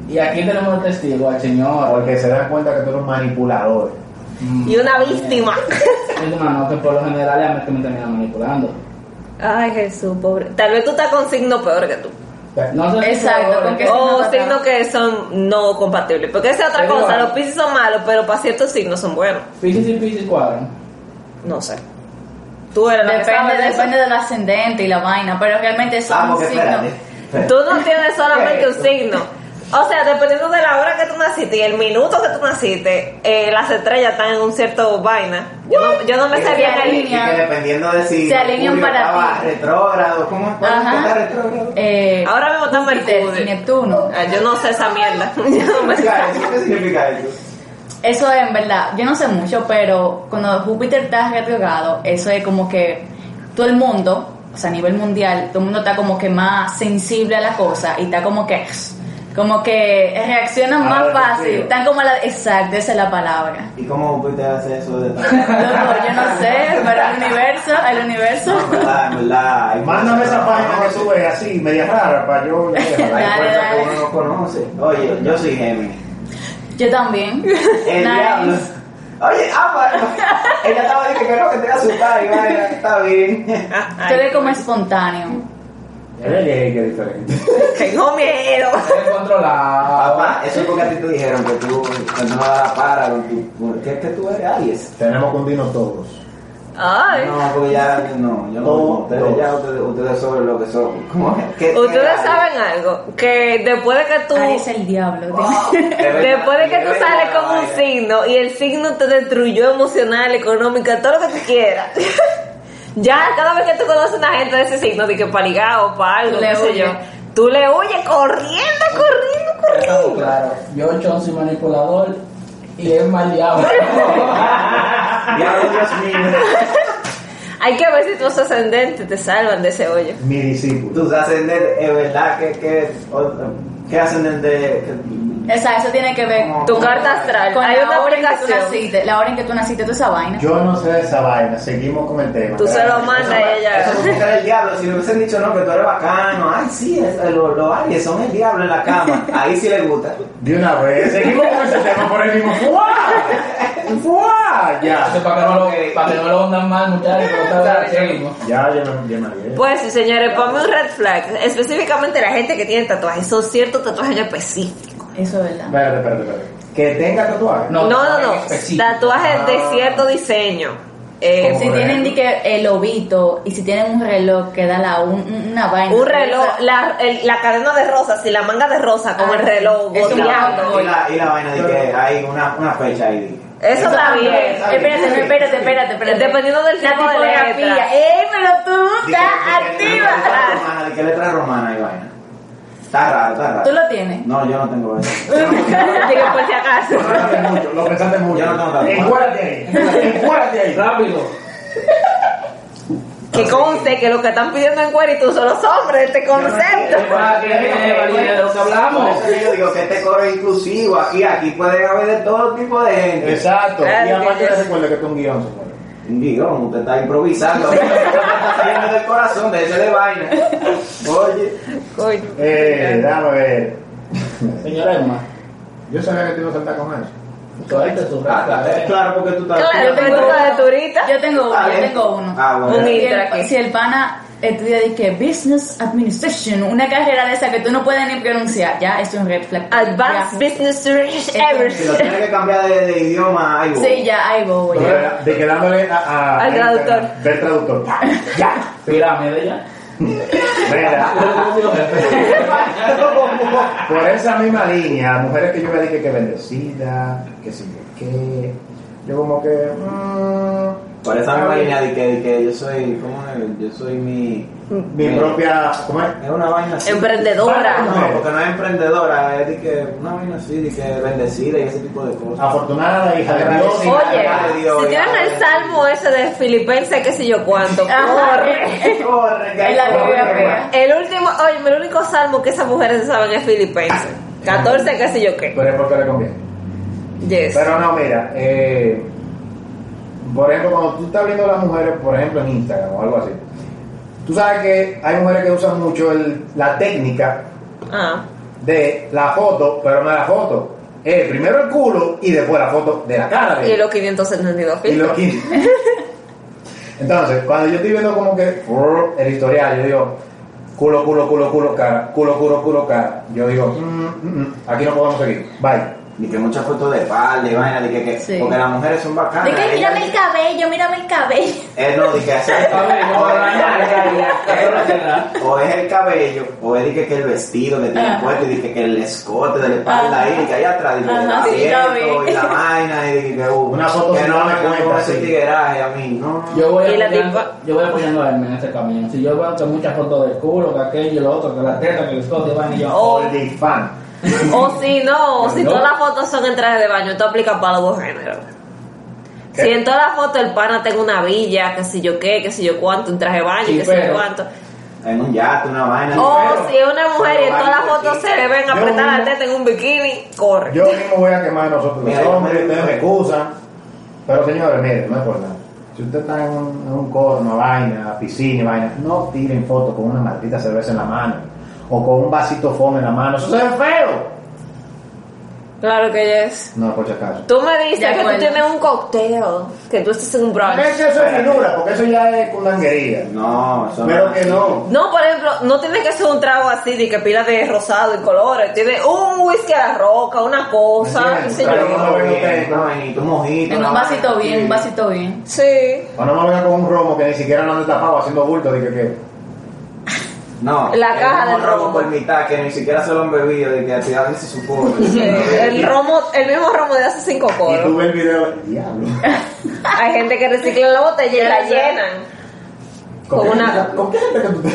[SPEAKER 2] Y aquí tenemos el testigo, al señor.
[SPEAKER 4] Porque se dan cuenta que tú eres un manipulador.
[SPEAKER 5] Y una víctima.
[SPEAKER 2] Mm, Es una nota que por lo general es a mí que me terminan manipulando.
[SPEAKER 5] Ay, Jesús, pobre. Tal vez tú estás con signo peor que tú.
[SPEAKER 4] Pues,
[SPEAKER 2] No sé si
[SPEAKER 7] Exacto,
[SPEAKER 2] ahora-
[SPEAKER 7] ¿con qué signo
[SPEAKER 5] O
[SPEAKER 7] estás?
[SPEAKER 5] signos que son no compatibles. Porque esa es otra
[SPEAKER 2] Pero
[SPEAKER 5] cosa.
[SPEAKER 2] bueno.
[SPEAKER 5] Los piscis son malos, pero para ciertos signos son buenos.
[SPEAKER 2] Pisces y Pisces cuadran.
[SPEAKER 5] No sé. Tú eres la que
[SPEAKER 7] Depende,
[SPEAKER 5] sabes de eso.
[SPEAKER 7] depende del ascendente y la vaina, pero realmente son
[SPEAKER 4] Vamos, que
[SPEAKER 7] signos.
[SPEAKER 4] Ah, espérate.
[SPEAKER 5] Tú no tienes solamente un signo. O sea, dependiendo de la hora que tú naciste y el minuto que tú naciste, eh, las estrellas están en un cierto vaina. Yo no, yo no me
[SPEAKER 7] Se
[SPEAKER 5] sé bien
[SPEAKER 4] Y que
[SPEAKER 5] ahí.
[SPEAKER 7] alinean.
[SPEAKER 4] dependiendo de si
[SPEAKER 7] Se alinean
[SPEAKER 4] Mercurio
[SPEAKER 7] para
[SPEAKER 4] estaba
[SPEAKER 7] ti.
[SPEAKER 4] retrógrado, ¿cómo es? ¿Cuál es que
[SPEAKER 7] Ajá.
[SPEAKER 4] está retrógrado?
[SPEAKER 7] Eh,
[SPEAKER 5] Ahora mismo está
[SPEAKER 7] Júpiter y
[SPEAKER 5] Mercurio.
[SPEAKER 7] Neptuno.
[SPEAKER 5] Ah, yo no sé esa mierda. Yo no me
[SPEAKER 7] pues,
[SPEAKER 5] sé.
[SPEAKER 4] Explica eso, ¿Qué significa eso?
[SPEAKER 7] Eso es, en verdad, yo no sé mucho, pero cuando Júpiter está retrogrado, eso es como que todo el mundo, o sea, a nivel mundial, todo el mundo está como que más sensible a la cosa y está como que, como que reaccionan
[SPEAKER 4] Ah,
[SPEAKER 7] más
[SPEAKER 4] lo
[SPEAKER 7] fácil,
[SPEAKER 4] refiero.
[SPEAKER 7] están como a la, exacto, esa es la palabra.
[SPEAKER 4] ¿Y cómo usted hace eso de tan...
[SPEAKER 7] Loco, yo no sé, pero el universo, el
[SPEAKER 4] En
[SPEAKER 7] universo.
[SPEAKER 4] verdad, Ah, en verdad, hay
[SPEAKER 6] Mándame
[SPEAKER 4] cosas-
[SPEAKER 6] esa página que sube así, media rara, para yo leerla.
[SPEAKER 4] Hay
[SPEAKER 7] Dale,
[SPEAKER 4] cosas que
[SPEAKER 7] dale.
[SPEAKER 4] uno no conoce. Oye, yo soy Géminis.
[SPEAKER 7] Yo también.
[SPEAKER 4] El
[SPEAKER 7] Nice.
[SPEAKER 4] diablo. Oye, ama. Ella estaba diciendo que no, que te iba a asustar. Y vaya, está
[SPEAKER 6] Ah,
[SPEAKER 4] bien.
[SPEAKER 7] Tú eres como espontáneo.
[SPEAKER 4] que diferente.
[SPEAKER 5] Tengo miedo.
[SPEAKER 2] Estoy controlado.
[SPEAKER 4] Papá, eso es porque a ti te dijeron que tú que no la para con tu. ¿Por qué es que tú eres Aries?
[SPEAKER 6] Tenemos que hundirnos todos.
[SPEAKER 5] Ay.
[SPEAKER 4] No, porque ya. No, yo no.
[SPEAKER 6] Todo,
[SPEAKER 4] Ustedes
[SPEAKER 6] todo.
[SPEAKER 4] ya, ustedes, ustedes son lo que son. ¿Cómo es? ¿Qué- qué
[SPEAKER 5] Ustedes
[SPEAKER 4] Aries?
[SPEAKER 5] saben algo, que después de que tú...
[SPEAKER 7] Aries el diablo.
[SPEAKER 5] Después de que tú sales con un
[SPEAKER 4] Vaya.
[SPEAKER 5] signo y el signo te destruyó emocional, económica, todo lo que tú quieras. ya cada vez que tú conoces a una gente de ese signo, de que para ligar o para algo,
[SPEAKER 7] Tú le
[SPEAKER 5] qué sé yo,
[SPEAKER 7] huyes.
[SPEAKER 5] tú le huyes corriendo, corriendo,
[SPEAKER 2] Estamos
[SPEAKER 5] corriendo.
[SPEAKER 2] claros. Yo, John, soy manipulador y es mal diablo.
[SPEAKER 4] Diablo, oh, Dios mío.
[SPEAKER 5] Hay que ver si tus ascendentes te salvan de ese hoyo.
[SPEAKER 6] Mi discípulo.
[SPEAKER 4] Tus ascendentes, es verdad que. que ¿Qué ascendente? que-
[SPEAKER 7] O sea, eso tiene que ver
[SPEAKER 4] No.
[SPEAKER 5] Tu carta astral.
[SPEAKER 7] con
[SPEAKER 5] Hay
[SPEAKER 7] la
[SPEAKER 5] una
[SPEAKER 7] hora en que tú
[SPEAKER 5] aplicación.
[SPEAKER 7] naciste, la hora en que tú naciste, toda esa vaina.
[SPEAKER 6] Yo no sé de esa vaina, seguimos con el tema.
[SPEAKER 5] Tú se lo mandas a
[SPEAKER 4] Eso
[SPEAKER 5] ella.
[SPEAKER 4] es buscar el diablo. Si le hubiesen dicho, no, que tú eres bacano. Ay, sí, es- eh, los los Aries son el diablo en la cama. Ahí sí le gusta.
[SPEAKER 6] De una vez, seguimos con ese tema por el mismo. ¡Fuá! ¡Fuá!
[SPEAKER 2] Eso es
[SPEAKER 6] Ya.
[SPEAKER 2] para que no lo, para que no lo hundan mal, muchachos, porque está bien,
[SPEAKER 6] Ya, ya me, ya me olvidé.
[SPEAKER 5] Pues sí, señores, ponme un red flag. Específicamente la gente que tiene tatuajes. Son ciertos tatuajes en específico.
[SPEAKER 7] Eso es verdad.
[SPEAKER 6] Espérate, espérate, espérate. Que tenga tatuaje.
[SPEAKER 5] No, Ah. no, no.
[SPEAKER 2] específico.
[SPEAKER 5] Tatuajes de cierto diseño. Eh,
[SPEAKER 6] ¿Cómo?
[SPEAKER 7] Si tienen di que el lobito y si tienen un reloj que da la un- una vaina.
[SPEAKER 5] Un reloj, la, el- la cadena de rosas y la manga de rosa como
[SPEAKER 7] Ah,
[SPEAKER 5] el reloj
[SPEAKER 7] es un
[SPEAKER 5] goteando.
[SPEAKER 4] Y la, y la vaina de que hay una, una fecha ahí.
[SPEAKER 5] Eso está bien.
[SPEAKER 7] Espérate, no, espérate, espérate, espérate.
[SPEAKER 5] Dependiendo del
[SPEAKER 7] la
[SPEAKER 5] tipo de letra.
[SPEAKER 7] tipografía. ¡Ey, pero tú
[SPEAKER 4] Dice-
[SPEAKER 7] estás
[SPEAKER 4] dice que
[SPEAKER 7] activa!
[SPEAKER 4] letra romana, ¿De qué letra romana y vaina? Está raro, está raro.
[SPEAKER 7] ¿Tú lo tienes?
[SPEAKER 4] No, yo no tengo eso.
[SPEAKER 5] Digo, por si acaso.
[SPEAKER 6] Lo pensaste mucho, lo pensaste mucho.
[SPEAKER 4] Yo no tengo tatuaje.
[SPEAKER 6] Encuérdate ahí. Encuérdate ahí.
[SPEAKER 2] Rápido.
[SPEAKER 5] Que conste que lo que están pidiendo en cuerito son los hombres de este concepto.
[SPEAKER 2] Para que valide de lo que
[SPEAKER 4] Por
[SPEAKER 2] hablamos.
[SPEAKER 4] eso que yo digo que este coro es inclusivo. Aquí, aquí pueden haber de todo tipo de gente.
[SPEAKER 6] Exacto.
[SPEAKER 5] Claro
[SPEAKER 6] Y aparte
[SPEAKER 5] que sí.
[SPEAKER 6] te recuerda que esto es un guión, señor.
[SPEAKER 4] Un guión, usted está improvisando. Usted está saliendo del corazón, de ese de vaina. Oye.
[SPEAKER 5] Coño.
[SPEAKER 6] Eh, dame ver.
[SPEAKER 2] Señora Emma,
[SPEAKER 6] Yo sabía que te iba a saltar con eso.
[SPEAKER 2] suelta su rata.
[SPEAKER 4] Ah, claro, porque tú estás.
[SPEAKER 5] Claro,
[SPEAKER 7] tengo-
[SPEAKER 5] tengo una de turita.
[SPEAKER 7] Yo tengo uno,
[SPEAKER 4] Ah,
[SPEAKER 7] yo
[SPEAKER 4] bien.
[SPEAKER 7] tengo uno.
[SPEAKER 4] Ah, bueno.
[SPEAKER 5] Un
[SPEAKER 7] Si
[SPEAKER 5] Mira
[SPEAKER 7] el,
[SPEAKER 5] aquí.
[SPEAKER 7] si el pana estudia de que Business Administration, una carrera de esa que tú no puedes ni pronunciar, ya, eso es un red flag.
[SPEAKER 5] Advanced
[SPEAKER 7] Ya.
[SPEAKER 5] Business Research Ever.
[SPEAKER 4] Si lo tienes que cambiar de, de idioma, ahí voy.
[SPEAKER 7] Sí, ya, ahí voy.
[SPEAKER 6] De que- De que dándole a, a-
[SPEAKER 5] Al
[SPEAKER 6] a internet.
[SPEAKER 5] traductor.
[SPEAKER 6] Del traductor. Pa.
[SPEAKER 2] Ya. Pirámide ya.
[SPEAKER 6] Mira, por esa misma línea, mujeres que yo le dije que bendecida, que si yo qué, Yo como que... mm,
[SPEAKER 4] Por esa misma línea de que, de que yo soy, ¿cómo es? Yo soy mi...
[SPEAKER 6] mi propia... ¿Cómo es?
[SPEAKER 4] Es una vaina así.
[SPEAKER 5] Emprendedora.
[SPEAKER 4] No, porque no es emprendedora, es de que una vaina así, de que bendecida y ese tipo de cosas.
[SPEAKER 6] Afortunada, hija de Dios.
[SPEAKER 5] Oye,
[SPEAKER 4] Ay, Dios,
[SPEAKER 5] si tiran
[SPEAKER 4] ya.
[SPEAKER 5] el salmo ese de Filipenses, qué sé yo cuánto, corre.
[SPEAKER 4] Corre, que
[SPEAKER 7] Es la
[SPEAKER 4] hay corre.
[SPEAKER 7] biografía.
[SPEAKER 5] El último, oye, el único salmo que esas mujeres se saben es Filipenses. 14, qué sé yo qué.
[SPEAKER 6] Pero es porque le conviene.
[SPEAKER 5] Yes.
[SPEAKER 6] Pero no, mira, eh, por ejemplo, cuando tú estás viendo a las mujeres, por ejemplo, en Instagram o algo así, tú sabes que hay mujeres que usan mucho el- la técnica
[SPEAKER 5] Ah,
[SPEAKER 6] de la foto, pero no de la foto. Eh, primero el culo y después la foto de la cara. de
[SPEAKER 5] y los 572
[SPEAKER 6] y lo
[SPEAKER 5] filtros.
[SPEAKER 6] quito. Entonces, cuando yo estoy viendo como que brr, el historial, yo digo, culo, culo, culo, culo, cara, culo, culo, culo, cara. Yo digo, mm, mm, mm, aquí no podemos seguir. Bye.
[SPEAKER 4] Ni que muchas fotos de espalda y vaina, de que, que-
[SPEAKER 7] Sí.
[SPEAKER 4] porque las mujeres son bacanas.
[SPEAKER 9] De que
[SPEAKER 4] ellas-
[SPEAKER 9] mírame el cabello, mírame el cabello.
[SPEAKER 4] Eh, no, dije así. O es el cabello, o es dije que el vestido que tiene puesto, y dije que el escote de la espalda ahí, que allá atrás, dije el
[SPEAKER 7] Ajá, sí, lo
[SPEAKER 4] asiento
[SPEAKER 7] vi.
[SPEAKER 4] y la vaina, y dije que uh,
[SPEAKER 6] Una foto
[SPEAKER 4] que
[SPEAKER 6] sin
[SPEAKER 4] no
[SPEAKER 6] darme
[SPEAKER 4] me
[SPEAKER 6] cuenta,
[SPEAKER 4] con ese
[SPEAKER 6] sí.
[SPEAKER 4] tigueraje a mí, no.
[SPEAKER 2] Yo voy,
[SPEAKER 5] Y la
[SPEAKER 2] apoyando,
[SPEAKER 5] tipa-
[SPEAKER 2] yo voy apoyando a Hermes en ese camino. Si yo veo que muchas fotos del culo, que aquello, lo otro, que la teta, que el escote, van y yo.
[SPEAKER 5] Oh.
[SPEAKER 6] Oldie fan.
[SPEAKER 5] O si no, o si
[SPEAKER 2] No.
[SPEAKER 5] todas las fotos son en traje de baño, tú aplicas para los dos géneros. Si en todas las fotos el pana tengo una villa, qué sé yo qué, qué sé yo cuánto, un traje de baño,
[SPEAKER 2] Sí,
[SPEAKER 5] qué sé yo
[SPEAKER 2] pero-
[SPEAKER 5] cuánto.
[SPEAKER 4] En un yate, una vaina.
[SPEAKER 5] O si es Oh, una mujer y en
[SPEAKER 4] Pero
[SPEAKER 5] todas las
[SPEAKER 4] baño,
[SPEAKER 5] fotos
[SPEAKER 4] sí.
[SPEAKER 5] se le ven
[SPEAKER 6] Yo
[SPEAKER 5] apretar la
[SPEAKER 6] mismo-
[SPEAKER 5] teta en un bikini, corre.
[SPEAKER 6] Yo mismo voy a quemar a nosotros los
[SPEAKER 4] Mira,
[SPEAKER 6] hombres,
[SPEAKER 4] yo me-
[SPEAKER 6] ustedes me excusan. Pero señores, miren, no es por nada. Si usted está en un, en un corno, vaina, piscina, vaina, no tiren fotos con una maldita cerveza en la mano o con un vasito foam en la mano. Eso se ve feo.
[SPEAKER 5] Claro que es.
[SPEAKER 6] No, por si acaso.
[SPEAKER 5] Tú me dices
[SPEAKER 7] De
[SPEAKER 5] que tú
[SPEAKER 7] acuerdo.
[SPEAKER 5] tienes un cóctel, que tú estás en un brunch.
[SPEAKER 6] No es que eso es finura, porque eso ya es cundanguería.
[SPEAKER 4] No, eso no.
[SPEAKER 6] Pero que no.
[SPEAKER 5] No, por ejemplo, no tiene que ser un trago así de que pila de rosado y colores. Tiene un whisky a la roca, una cosa, qué
[SPEAKER 6] Entiendo,
[SPEAKER 5] sé
[SPEAKER 6] claro.
[SPEAKER 5] yo.
[SPEAKER 4] Una vainita, una vainita, un mojito.
[SPEAKER 7] En
[SPEAKER 4] una
[SPEAKER 7] un vasito
[SPEAKER 4] vaina,
[SPEAKER 7] bien,
[SPEAKER 4] sí.
[SPEAKER 7] un vasito bien.
[SPEAKER 5] Sí.
[SPEAKER 6] O no me vengan con un romo que ni siquiera no han destapado haciendo bulto. Dije que.
[SPEAKER 4] No.
[SPEAKER 5] La
[SPEAKER 4] el
[SPEAKER 5] caja
[SPEAKER 4] mismo
[SPEAKER 5] del romo.
[SPEAKER 4] por mitad, que ni siquiera se lo han bebido, de que a ti a veces supone.
[SPEAKER 5] Sí, el romo, el mismo romo de hace cinco
[SPEAKER 6] Y tú
[SPEAKER 5] coros.
[SPEAKER 6] ves el video, diablo.
[SPEAKER 5] Hay gente que recicla la botella y la
[SPEAKER 7] Ya sé.
[SPEAKER 5] llenan. Con
[SPEAKER 6] qué
[SPEAKER 5] una-
[SPEAKER 6] gente- ¿Con qué gente que tú te.?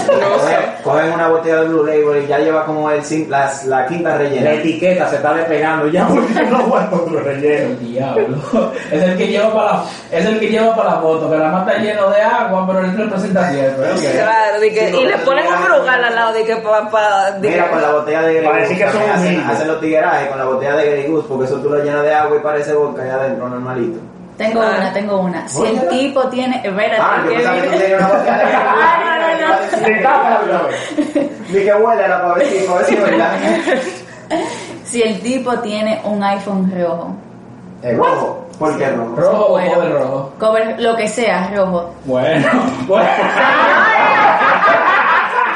[SPEAKER 4] Cogen- Cogen una botella de Blue Label y ya lleva como el, cin- las- la quinta
[SPEAKER 6] La
[SPEAKER 4] rellena.
[SPEAKER 6] etiqueta se está despegando ya porque yo no aguanto otro relleno.
[SPEAKER 2] El diablo. Es el que lleva para la, es el que lleva para la foto, que la mata lleno de agua, pero él representa siempre. ¿ok?
[SPEAKER 5] Claro, de que-
[SPEAKER 4] Sí,
[SPEAKER 5] y le
[SPEAKER 4] porque
[SPEAKER 5] ponen
[SPEAKER 4] tú
[SPEAKER 5] un
[SPEAKER 4] llegas-
[SPEAKER 5] brugal al lado de que pa, pa- de
[SPEAKER 4] Mira,
[SPEAKER 5] que-
[SPEAKER 4] con la botella de Grey
[SPEAKER 6] Parece que son
[SPEAKER 4] también hacen,
[SPEAKER 6] humildes.
[SPEAKER 4] hacen los tiguerajes con la botella de Grey Goose, porque eso tú lo llenas de agua y parece boca allá adentro, normalito.
[SPEAKER 7] Tengo
[SPEAKER 5] Ah.
[SPEAKER 7] una, tengo una. Si el
[SPEAKER 4] Oye.
[SPEAKER 7] tipo tiene. Espérate,
[SPEAKER 4] Ah, yo
[SPEAKER 7] que-
[SPEAKER 4] pensaba que tú tenías una botella de Grey Goose.
[SPEAKER 7] Ah, no, no, no.
[SPEAKER 6] Te tapa la vez.
[SPEAKER 4] Dije, huele la para ver si, para ver si es verdad.
[SPEAKER 7] Si el tipo tiene un iPhone rojo.
[SPEAKER 6] Eh, bueno,
[SPEAKER 4] Rojo. ¿Por qué rojo?
[SPEAKER 2] Rojo o cobre rojo.
[SPEAKER 7] Cover, lo que sea, rojo.
[SPEAKER 2] Bueno, bueno.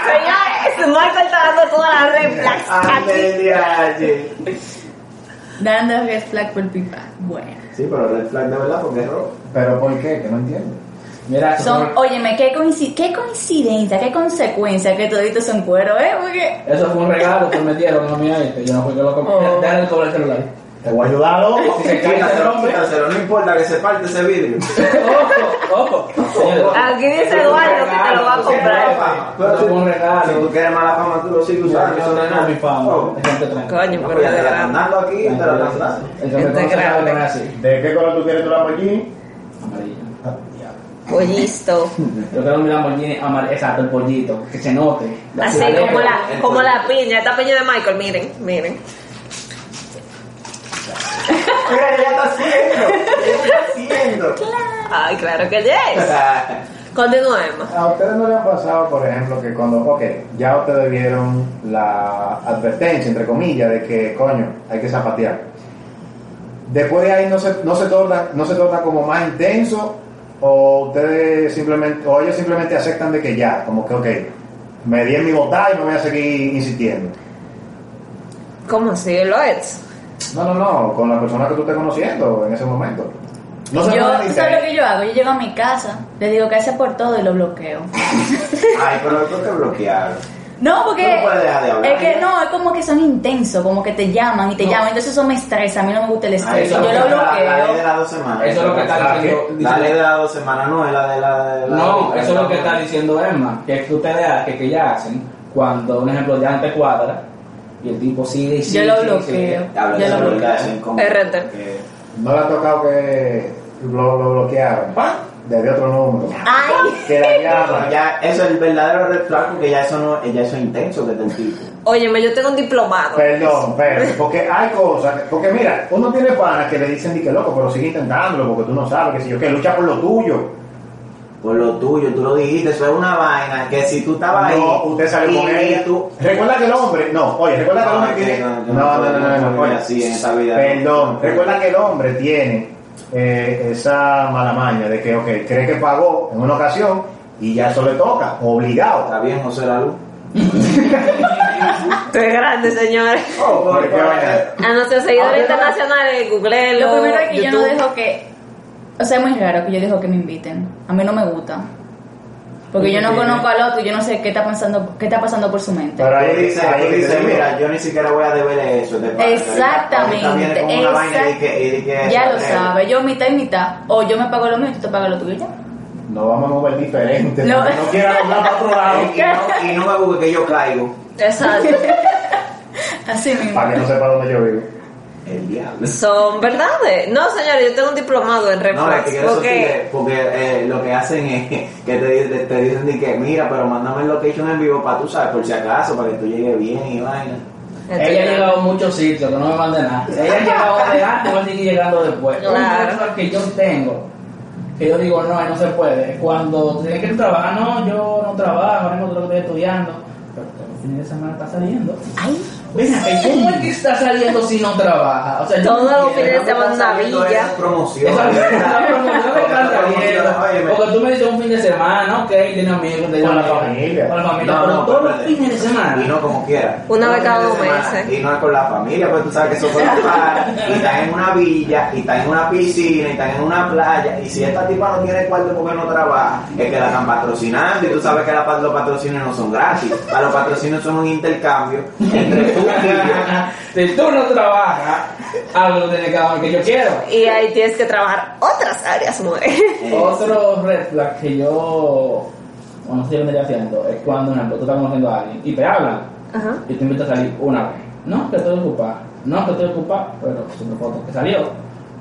[SPEAKER 5] Señores, Michael está dando todas las red flags
[SPEAKER 4] ah,
[SPEAKER 5] aquí.
[SPEAKER 4] Amelia, sí.
[SPEAKER 7] Dando red flag por pipa. Bueno.
[SPEAKER 4] Sí, pero red flag de verdad porque es rojo.
[SPEAKER 6] Pero ¿por qué? Que no entiendo.
[SPEAKER 2] Mira, eso
[SPEAKER 7] Son,
[SPEAKER 2] fue,
[SPEAKER 7] óyeme, qué, coinci- qué coincidencia, qué consecuencia que toditos son cuero, ¿eh? Porque...
[SPEAKER 2] eso fue un regalo que me dieron a mí ahí, que yo no fui que lo compré.
[SPEAKER 5] Oh.
[SPEAKER 2] Dale el cobre el celular.
[SPEAKER 6] Te voy a ayudar, loco.
[SPEAKER 2] Si se cae ese
[SPEAKER 4] Quítaselo,
[SPEAKER 2] hombre.
[SPEAKER 4] quítaselo, no importa que se parte ese vidrio.
[SPEAKER 2] Ojo, ojo. Señores,
[SPEAKER 5] Aquí dice Eduardo que te lo va a comprar.
[SPEAKER 2] Pero
[SPEAKER 4] si
[SPEAKER 2] es un regalo.
[SPEAKER 4] Si tú quieres mala fama, tú lo sigues usando.
[SPEAKER 2] yo
[SPEAKER 4] eso no es nada.
[SPEAKER 2] tengo mi fama.
[SPEAKER 4] Oh.
[SPEAKER 2] Es gente tranquila.
[SPEAKER 5] Coño,
[SPEAKER 4] No,
[SPEAKER 5] pero
[SPEAKER 4] pues ya
[SPEAKER 5] de
[SPEAKER 4] te la
[SPEAKER 5] verdad.
[SPEAKER 4] están dando aquí, te la están dando.
[SPEAKER 2] El que me
[SPEAKER 5] Gente
[SPEAKER 2] conoce sabe
[SPEAKER 5] grande.
[SPEAKER 2] que no es así.
[SPEAKER 6] ¿De qué color tú quieres tu Lamborghini?
[SPEAKER 2] Amarillo.
[SPEAKER 5] Pollisto.
[SPEAKER 2] Yo quiero un Lamborghini amarillo. Exacto, el pollito. Que se note.
[SPEAKER 5] Así
[SPEAKER 2] Vale.
[SPEAKER 5] como la, como la piña, esta piña de Michael, miren, miren.
[SPEAKER 4] Mira, ¿qué está haciendo? ¿Qué está
[SPEAKER 5] Ay, claro que yes.
[SPEAKER 4] haciendo?
[SPEAKER 5] Continuemos.
[SPEAKER 6] ¿A ustedes no le ha pasado, por ejemplo, que cuando, ok, ya ustedes vieron la advertencia, entre comillas, de que, coño, hay que zapatear? Después de ahí no se, no se, torna, no se torna como más intenso o ustedes simplemente, o ellos simplemente aceptan de que ya, como que, ok, me di en mi botada y me voy a seguir insistiendo.
[SPEAKER 5] ¿Cómo así lo es?
[SPEAKER 6] No, no, no, con la persona que tú estés conociendo en ese momento. No se
[SPEAKER 7] yo,
[SPEAKER 6] torna
[SPEAKER 7] ¿tú
[SPEAKER 6] intenso.
[SPEAKER 7] ¿sabes lo que yo hago? Yo llego a mi casa, le digo gracias por todo y lo bloqueo.
[SPEAKER 4] Ay, pero creo que bloquearon.
[SPEAKER 7] No, porque
[SPEAKER 4] Tú no puedes dejar de hablar.
[SPEAKER 7] es que no, es como que son intensos, como que te llaman y te llaman, entonces eso me estresa, a mí no me gusta el
[SPEAKER 4] Ah,
[SPEAKER 7] estrés.
[SPEAKER 4] eso
[SPEAKER 7] Yo
[SPEAKER 4] es
[SPEAKER 7] lo
[SPEAKER 4] lo que- la, la ley de
[SPEAKER 7] bloqueo.
[SPEAKER 4] las dos semanas.
[SPEAKER 2] Eso es lo que está
[SPEAKER 4] La-
[SPEAKER 2] diciendo-
[SPEAKER 4] La
[SPEAKER 2] diciendo-
[SPEAKER 4] ley de las dos semanas no es la de la. de la-
[SPEAKER 2] No,
[SPEAKER 4] la-
[SPEAKER 2] eso es lo que está diciendo Emma, que es que ustedes que, que ya hacen cuando, un ejemplo, ya te cuadra y el tipo sigue y sigue.
[SPEAKER 7] Yo lo
[SPEAKER 2] sigue,
[SPEAKER 7] bloqueo.
[SPEAKER 2] sigue.
[SPEAKER 4] Habla de
[SPEAKER 7] Ya lo
[SPEAKER 4] la
[SPEAKER 7] bloqueo.
[SPEAKER 4] obligación incómoda,
[SPEAKER 5] RT.
[SPEAKER 4] porque-
[SPEAKER 6] No le ha tocado que lo, lo bloquearon.
[SPEAKER 7] ¿Ah?
[SPEAKER 6] Desde otro número.
[SPEAKER 7] Ay,
[SPEAKER 6] Que la llama.
[SPEAKER 4] Pero ya, eso es el verdadero red flag, porque ya eso no, eh, ya eso es intenso que te el tipo.
[SPEAKER 5] Óyeme, yo tengo un diplomado.
[SPEAKER 6] Perdón, pero, porque hay cosas, porque mira, uno tiene panas que le dicen, di que loco, pero sigue intentándolo, porque tú no sabes, que si yo, que lucha por lo tuyo.
[SPEAKER 4] Por lo tuyo, tú lo dijiste, eso es una vaina que si tú estabas ahí.
[SPEAKER 6] No, usted salió con
[SPEAKER 4] y- y
[SPEAKER 6] ella.
[SPEAKER 4] tú-
[SPEAKER 6] Recuerda que el hombre, no, oye, recuerda que el hombre
[SPEAKER 4] No, es
[SPEAKER 6] tiene.
[SPEAKER 4] que no, yo no puedo, no puedo vivir así en esta vida.
[SPEAKER 6] Perdón, recuerda que el hombre tiene eh, esa mala maña de que, ok, cree que pagó en una ocasión y ya eso le toca, obligado.
[SPEAKER 4] Está bien, José la luz.
[SPEAKER 5] Esto es grande, señores.
[SPEAKER 4] Oh,
[SPEAKER 6] Pero qué vaina.
[SPEAKER 5] A nuestros seguidores internacionales, google
[SPEAKER 7] Ah, lo primero es que yo no dejo que. O sea, es muy raro que yo dejo que me inviten. A mí no me gusta. Porque yo no conozco al otro y yo no sé qué está pensando, qué está pasando por su mente.
[SPEAKER 6] Pero
[SPEAKER 4] Ahí
[SPEAKER 6] ahí
[SPEAKER 4] dice,
[SPEAKER 6] ahí
[SPEAKER 4] ahí
[SPEAKER 6] que
[SPEAKER 4] dice,
[SPEAKER 6] te digo.
[SPEAKER 4] mira, yo ni siquiera voy a deberle eso. de parte".
[SPEAKER 7] Exactamente,
[SPEAKER 4] Ahorita viene con una vaina y di que- y di que
[SPEAKER 7] ya
[SPEAKER 4] eso,
[SPEAKER 7] lo
[SPEAKER 4] eh,
[SPEAKER 7] sabes, yo mitad y mitad. O yo me pago lo mío y tú te pagas lo tuyo. ya.
[SPEAKER 6] No vamos a mover diferente.
[SPEAKER 7] No.
[SPEAKER 6] No, no quiero hablar para otro lado.
[SPEAKER 4] Y no, y no me busque que yo caigo.
[SPEAKER 5] Exacto.
[SPEAKER 7] Así mismo.
[SPEAKER 6] Para que no sepa dónde yo vivo.
[SPEAKER 4] El diablo.
[SPEAKER 5] Son verdades. No, señores, yo tengo un diplomado en
[SPEAKER 4] No, es
[SPEAKER 5] reflex.
[SPEAKER 4] que eso
[SPEAKER 5] porque
[SPEAKER 4] sigue, porque eh, lo que hacen es que te, di- te- te dicen de que mira, pero mándame el location en vivo para tú sabes, por si acaso, para que tú llegues bien y vaina.
[SPEAKER 5] Este
[SPEAKER 2] Ella ha llegado a muchos sitios, que no me mande nada. Ella ha llegado de antes, va a seguir llegando después.
[SPEAKER 5] Claro.
[SPEAKER 2] Un error que yo tengo, que yo digo, no, ahí no se puede. Cuando tienes que trabajar, "Ah, no, yo no trabajo, ahora mismo creo que estoy estudiando. Pero el fin de semana está saliendo. Venga, ¿y ¿cómo es que está saliendo si no trabaja? O sea, yo
[SPEAKER 5] Todos
[SPEAKER 2] no
[SPEAKER 5] los
[SPEAKER 2] entiendo.
[SPEAKER 5] fines de semana
[SPEAKER 4] Está saliendo
[SPEAKER 5] villa.
[SPEAKER 4] esas promociones.
[SPEAKER 2] Esa- esa promoción
[SPEAKER 4] Porque
[SPEAKER 2] está
[SPEAKER 4] esa promoción,
[SPEAKER 2] saliendo.
[SPEAKER 4] óyeme,
[SPEAKER 2] Porque tú me dices un fin de semana, ok, tiene amigos, tiene
[SPEAKER 6] Con la
[SPEAKER 2] amigos,
[SPEAKER 6] familia.
[SPEAKER 2] Con la familia,
[SPEAKER 4] No,
[SPEAKER 2] pero
[SPEAKER 4] no,
[SPEAKER 2] todos los
[SPEAKER 4] espérate.
[SPEAKER 2] fines de semana.
[SPEAKER 4] Y no como quiera.
[SPEAKER 5] Una
[SPEAKER 4] Todos
[SPEAKER 5] vez cada
[SPEAKER 4] los fines de
[SPEAKER 5] dos
[SPEAKER 4] semana.
[SPEAKER 5] meses.
[SPEAKER 4] Y no es con la familia, pues tú sabes que eso fue trabajar. Y están en una villa, y están en una piscina, y están en una playa. Y si esta tipa no tiene cuarto porque no trabaja, es que la están patrocinando. Y tú sabes que la pat- los patrocinios no son gratis. A los patrocinios son un intercambio entre tú y yo.
[SPEAKER 2] Si tú no trabajas, algo tiene cada uno que yo quiero.
[SPEAKER 5] Y ahí tienes que trabajar otras áreas, mujer.
[SPEAKER 4] Eh,
[SPEAKER 2] Otro red flag que yo, o no sé lo que estoy haciendo, es cuando, por ejemplo, tú estás conociendo a alguien y te hablan
[SPEAKER 5] Ajá.
[SPEAKER 2] y te invitan a salir una vez. No, que estoy ocupada. No, que estoy ocupada, pero siempre foto que salió.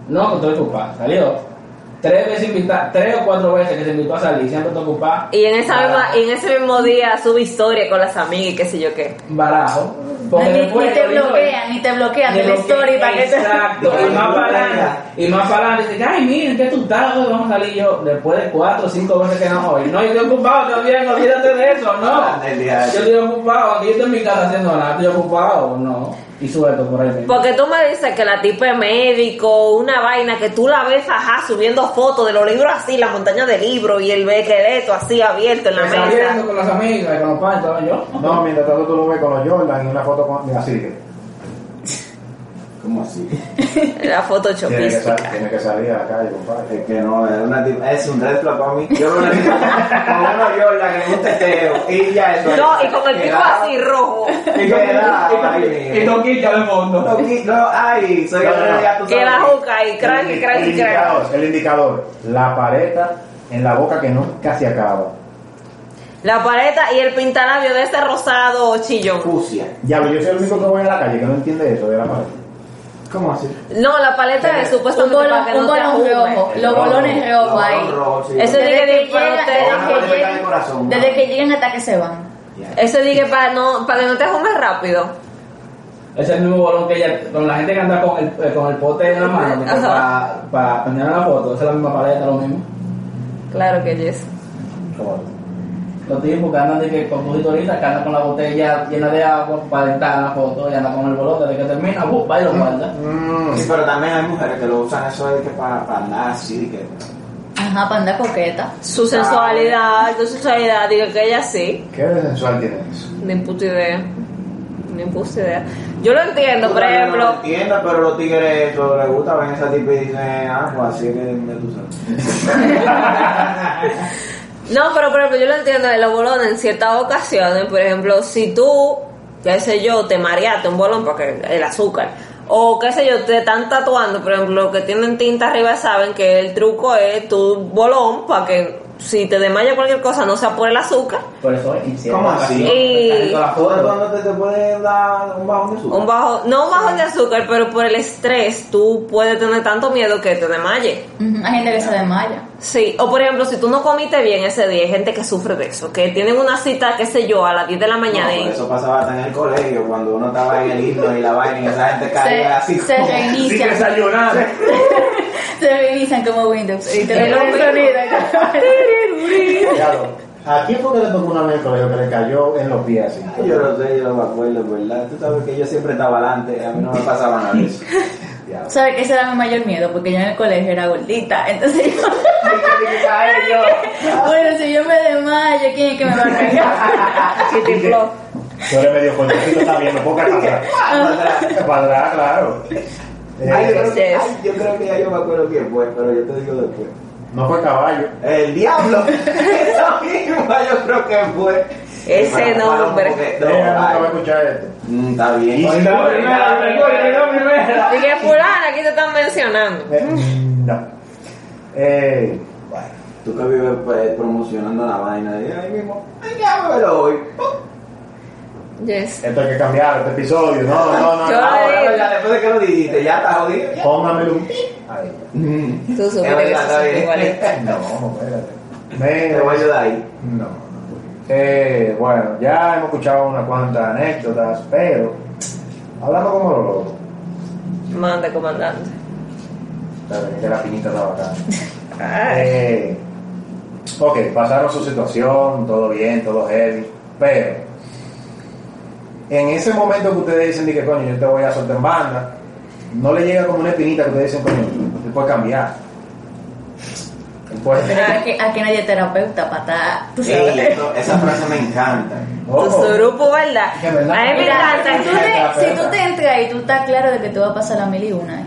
[SPEAKER 2] No, que estoy ocupada, salió. Tres veces invita, tres o cuatro veces que se invitó a salir, siempre estoy ocupada.
[SPEAKER 5] Y en,
[SPEAKER 4] Ah.
[SPEAKER 5] esa
[SPEAKER 2] Barajo.
[SPEAKER 5] misma, y en ese mismo día sube historia con las amigas y qué sé yo qué.
[SPEAKER 2] Barajo.
[SPEAKER 7] Ni, ni
[SPEAKER 2] después
[SPEAKER 7] te
[SPEAKER 2] lo lindo es-
[SPEAKER 7] bloquean, ni te bloquean de
[SPEAKER 2] de lo
[SPEAKER 7] la
[SPEAKER 2] que-
[SPEAKER 7] story para que te.
[SPEAKER 2] Exacto, y más para adelante, y más para adelante, dice, ay, miren, que tú estás, güey, vamos a salir yo, después de cuatro o cinco veces que no hoy. No, yo estoy ocupado también, olvídate de eso, no.
[SPEAKER 4] Anda, el diablo.
[SPEAKER 2] Yo estoy ocupado, aquí yo estoy en mi casa haciendo nada, estoy ocupado, no. Y suelto por ahí mismo.
[SPEAKER 5] Porque tú me dices que la tipa es médico, una vaina que tú la ves ajá, subiendo fotos de los libros así, la montaña de libros y el esqueleto así abierto en la
[SPEAKER 2] Pues
[SPEAKER 5] mesa.
[SPEAKER 2] Saliendo con las amigas, con los padres, todo yo.
[SPEAKER 6] No, mientras tanto tú lo ves con los Jordan y una foto con. Así que.
[SPEAKER 4] ¿Cómo así?
[SPEAKER 5] La foto
[SPEAKER 6] Tiene que, sal-
[SPEAKER 5] chopística.
[SPEAKER 6] tiene que salir a la calle, compadre.
[SPEAKER 4] Es que no, es, una tipa- es un red flag para mí. Yo veo una tipa con uno Jordan en un teteo y ya eso. es.
[SPEAKER 5] No, y con el pico
[SPEAKER 4] Quedaba-
[SPEAKER 5] así rojo.
[SPEAKER 4] Y quedaba, ay, mira.
[SPEAKER 2] quita de fondo.
[SPEAKER 4] No, qui- no, ay, soy
[SPEAKER 6] No,
[SPEAKER 4] el
[SPEAKER 6] no, no.
[SPEAKER 4] ya tú
[SPEAKER 5] Que la
[SPEAKER 4] sabes.
[SPEAKER 5] juca y crack y
[SPEAKER 6] El-
[SPEAKER 5] crack
[SPEAKER 6] el
[SPEAKER 5] y crack.
[SPEAKER 6] indicador, el indicador. La paleta en la boca que nunca se acaba.
[SPEAKER 5] La paleta y el pintalabio de ese rosado chillón.
[SPEAKER 4] Fucsia.
[SPEAKER 6] Ya, pero yo soy el único que voy a la calle que no entiende eso de la paleta.
[SPEAKER 4] ¿Cómo así?
[SPEAKER 5] No, la paleta es
[SPEAKER 7] Un
[SPEAKER 5] supuestamente para que
[SPEAKER 7] bolón, un
[SPEAKER 5] no te
[SPEAKER 7] bolón
[SPEAKER 5] ajume.
[SPEAKER 7] rojo, los bolones rojos ahí.
[SPEAKER 5] Ese
[SPEAKER 7] Desde
[SPEAKER 5] dije
[SPEAKER 7] que,
[SPEAKER 5] de
[SPEAKER 7] llegan,
[SPEAKER 5] proteína,
[SPEAKER 4] una
[SPEAKER 7] desde, que
[SPEAKER 4] boleta de
[SPEAKER 7] llegan-
[SPEAKER 4] corazón, ¿no?
[SPEAKER 7] desde que llegan hasta que se van.
[SPEAKER 5] Eso dije para no, para que no te ajumes rápido.
[SPEAKER 2] Ese es el mismo bolón que ella, con la gente que anda con el, eh, con el pote en la mano,
[SPEAKER 5] Ajá.
[SPEAKER 2] para para tener la foto, esa es la misma paleta, lo mismo.
[SPEAKER 5] Claro que yes.
[SPEAKER 2] Los tipos que andan de que con tu ahorita, que andan con la botella llena de agua para entrar a la foto y andan con el bolote de que termina, ¡buf! va y lo guarda.
[SPEAKER 6] Mm.
[SPEAKER 4] Sí, pero también hay mujeres que lo usan eso de que para, para andar así, que
[SPEAKER 7] Ajá, para andar coqueta.
[SPEAKER 5] Su sensualidad, su sensualidad, digo que ella sí.
[SPEAKER 6] ¿Qué de sensual tiene eso?
[SPEAKER 5] Ni puta idea. Ni puta idea. Yo lo entiendo, por
[SPEAKER 4] Todavía no lo
[SPEAKER 5] ejemplo.
[SPEAKER 4] entiendo, pero los tigres eso les gusta, ven esa tipa y dicen, ah, pues así es que me tú sabes.
[SPEAKER 5] No, pero por ejemplo, yo lo entiendo de los bolones en ciertas ocasiones. Por ejemplo, si tú, qué sé yo, te mareaste un bolón porque el azúcar. O qué sé yo, te están tatuando, por ejemplo, los que tienen tinta arriba saben que el truco es tu bolón para que si te desmaya cualquier cosa no sea por el azúcar.
[SPEAKER 10] Por eso es iniciar
[SPEAKER 4] ¿Cómo
[SPEAKER 10] la
[SPEAKER 4] así?
[SPEAKER 10] pasión,
[SPEAKER 5] Y-
[SPEAKER 10] te cayendo la foto.
[SPEAKER 4] cuando te, te puede dar un bajón de azúcar?
[SPEAKER 5] Un bajo, no un bajón de azúcar, pero por el estrés tú puedes tener tanto miedo que te desmaye.
[SPEAKER 7] Ujú, Hay gente que se desmaya.
[SPEAKER 5] Sí, o por ejemplo, si tú no comiste bien ese día, hay gente que sufre de eso, que tienen una cita, qué sé yo, a las 10 de la
[SPEAKER 4] No,
[SPEAKER 5] mañana
[SPEAKER 4] pero
[SPEAKER 5] y
[SPEAKER 4] eso pasaba hasta en el colegio, cuando uno estaba en el himno y la vaina y esa gente caía así.
[SPEAKER 7] Se, se
[SPEAKER 4] como-
[SPEAKER 7] reinician. se reinician como Windows. Y te
[SPEAKER 5] Es lo
[SPEAKER 7] recuerda el
[SPEAKER 5] mismo.
[SPEAKER 7] sonido.
[SPEAKER 6] Diablo. ¿A quién fue que le tocó una vez en el colegio que le cayó en los pies así?
[SPEAKER 4] Yo lo sé, yo lo me acuerdo, en ¿verdad? Tú sabes que yo siempre estaba adelante, a mí no me pasaba nada de eso. Diablo.
[SPEAKER 7] ¿Sabes que ese era mi mayor miedo? Porque yo en el colegio era gordita. Entonces yo. bueno, si yo me desmayo, ¿quién es que me va a cargar?
[SPEAKER 5] si te infló.
[SPEAKER 6] Tú eres medio cortecito también, no puedo caer para atrás. Para atrás, claro.
[SPEAKER 4] Ay, yo,
[SPEAKER 6] Eh,
[SPEAKER 4] creo que, ay, yo creo que ya yo me acuerdo quién fue, pero yo te digo después.
[SPEAKER 6] no fue caballo.
[SPEAKER 4] El diablo, esa misma yo creo que fue.
[SPEAKER 5] Ese
[SPEAKER 4] Bueno, bueno,
[SPEAKER 5] nombre.
[SPEAKER 4] porque- no,
[SPEAKER 6] Ella nunca va a
[SPEAKER 4] ay,
[SPEAKER 6] escuchar esto.
[SPEAKER 4] mm, Está bien.
[SPEAKER 6] Y si no,
[SPEAKER 2] Primera, primera, primera.
[SPEAKER 5] Y que fulana, aquí te están mencionando.
[SPEAKER 6] Eh, no. Eh,
[SPEAKER 4] Tú que vives pues, promocionando la vaina, y ahí mismo, ay, diablo, hoy.
[SPEAKER 5] Yes.
[SPEAKER 6] esto hay que cambiar, este episodio. No, no, no.
[SPEAKER 5] Yo
[SPEAKER 6] no.
[SPEAKER 4] Ahora,
[SPEAKER 5] le
[SPEAKER 4] ¿verdad? después de que lo dijiste, ya está jodido.
[SPEAKER 6] Póngame un pi. Ahí.
[SPEAKER 4] Mm.
[SPEAKER 5] Tú
[SPEAKER 4] Es
[SPEAKER 5] supiste que
[SPEAKER 4] verdad,
[SPEAKER 5] eso
[SPEAKER 4] está
[SPEAKER 5] es
[SPEAKER 4] bien.
[SPEAKER 5] igualito.
[SPEAKER 6] No, espérate.
[SPEAKER 4] Te voy a
[SPEAKER 6] Me-
[SPEAKER 4] ayudar ahí.
[SPEAKER 6] No. Eh, bueno, ya hemos escuchado unas cuantas anécdotas, pero hablando como los locos,
[SPEAKER 5] Manda, comandante.
[SPEAKER 6] la verdad que la pinita está bacana. Eh, ok, pasaron su situación, todo bien, todo heavy, pero en ese momento que ustedes dicen, de que coño, yo te voy a soltar en banda, no le llega como una espinita que ustedes dicen, coño, él puede cambiar. Él puede-
[SPEAKER 7] Pero aquí, aquí nadie es terapeuta para estar. Tú sabes.
[SPEAKER 4] Ey, eso- esa frase me encanta.
[SPEAKER 6] Ojo.
[SPEAKER 5] Tu grupo, ¿verdad?
[SPEAKER 6] Que verdad.
[SPEAKER 5] A mí me
[SPEAKER 7] Mira,
[SPEAKER 5] encanta.
[SPEAKER 7] si tú te, si tú te entras y tú estás claro de que tú vas a pasar la mil y una. ¿eh?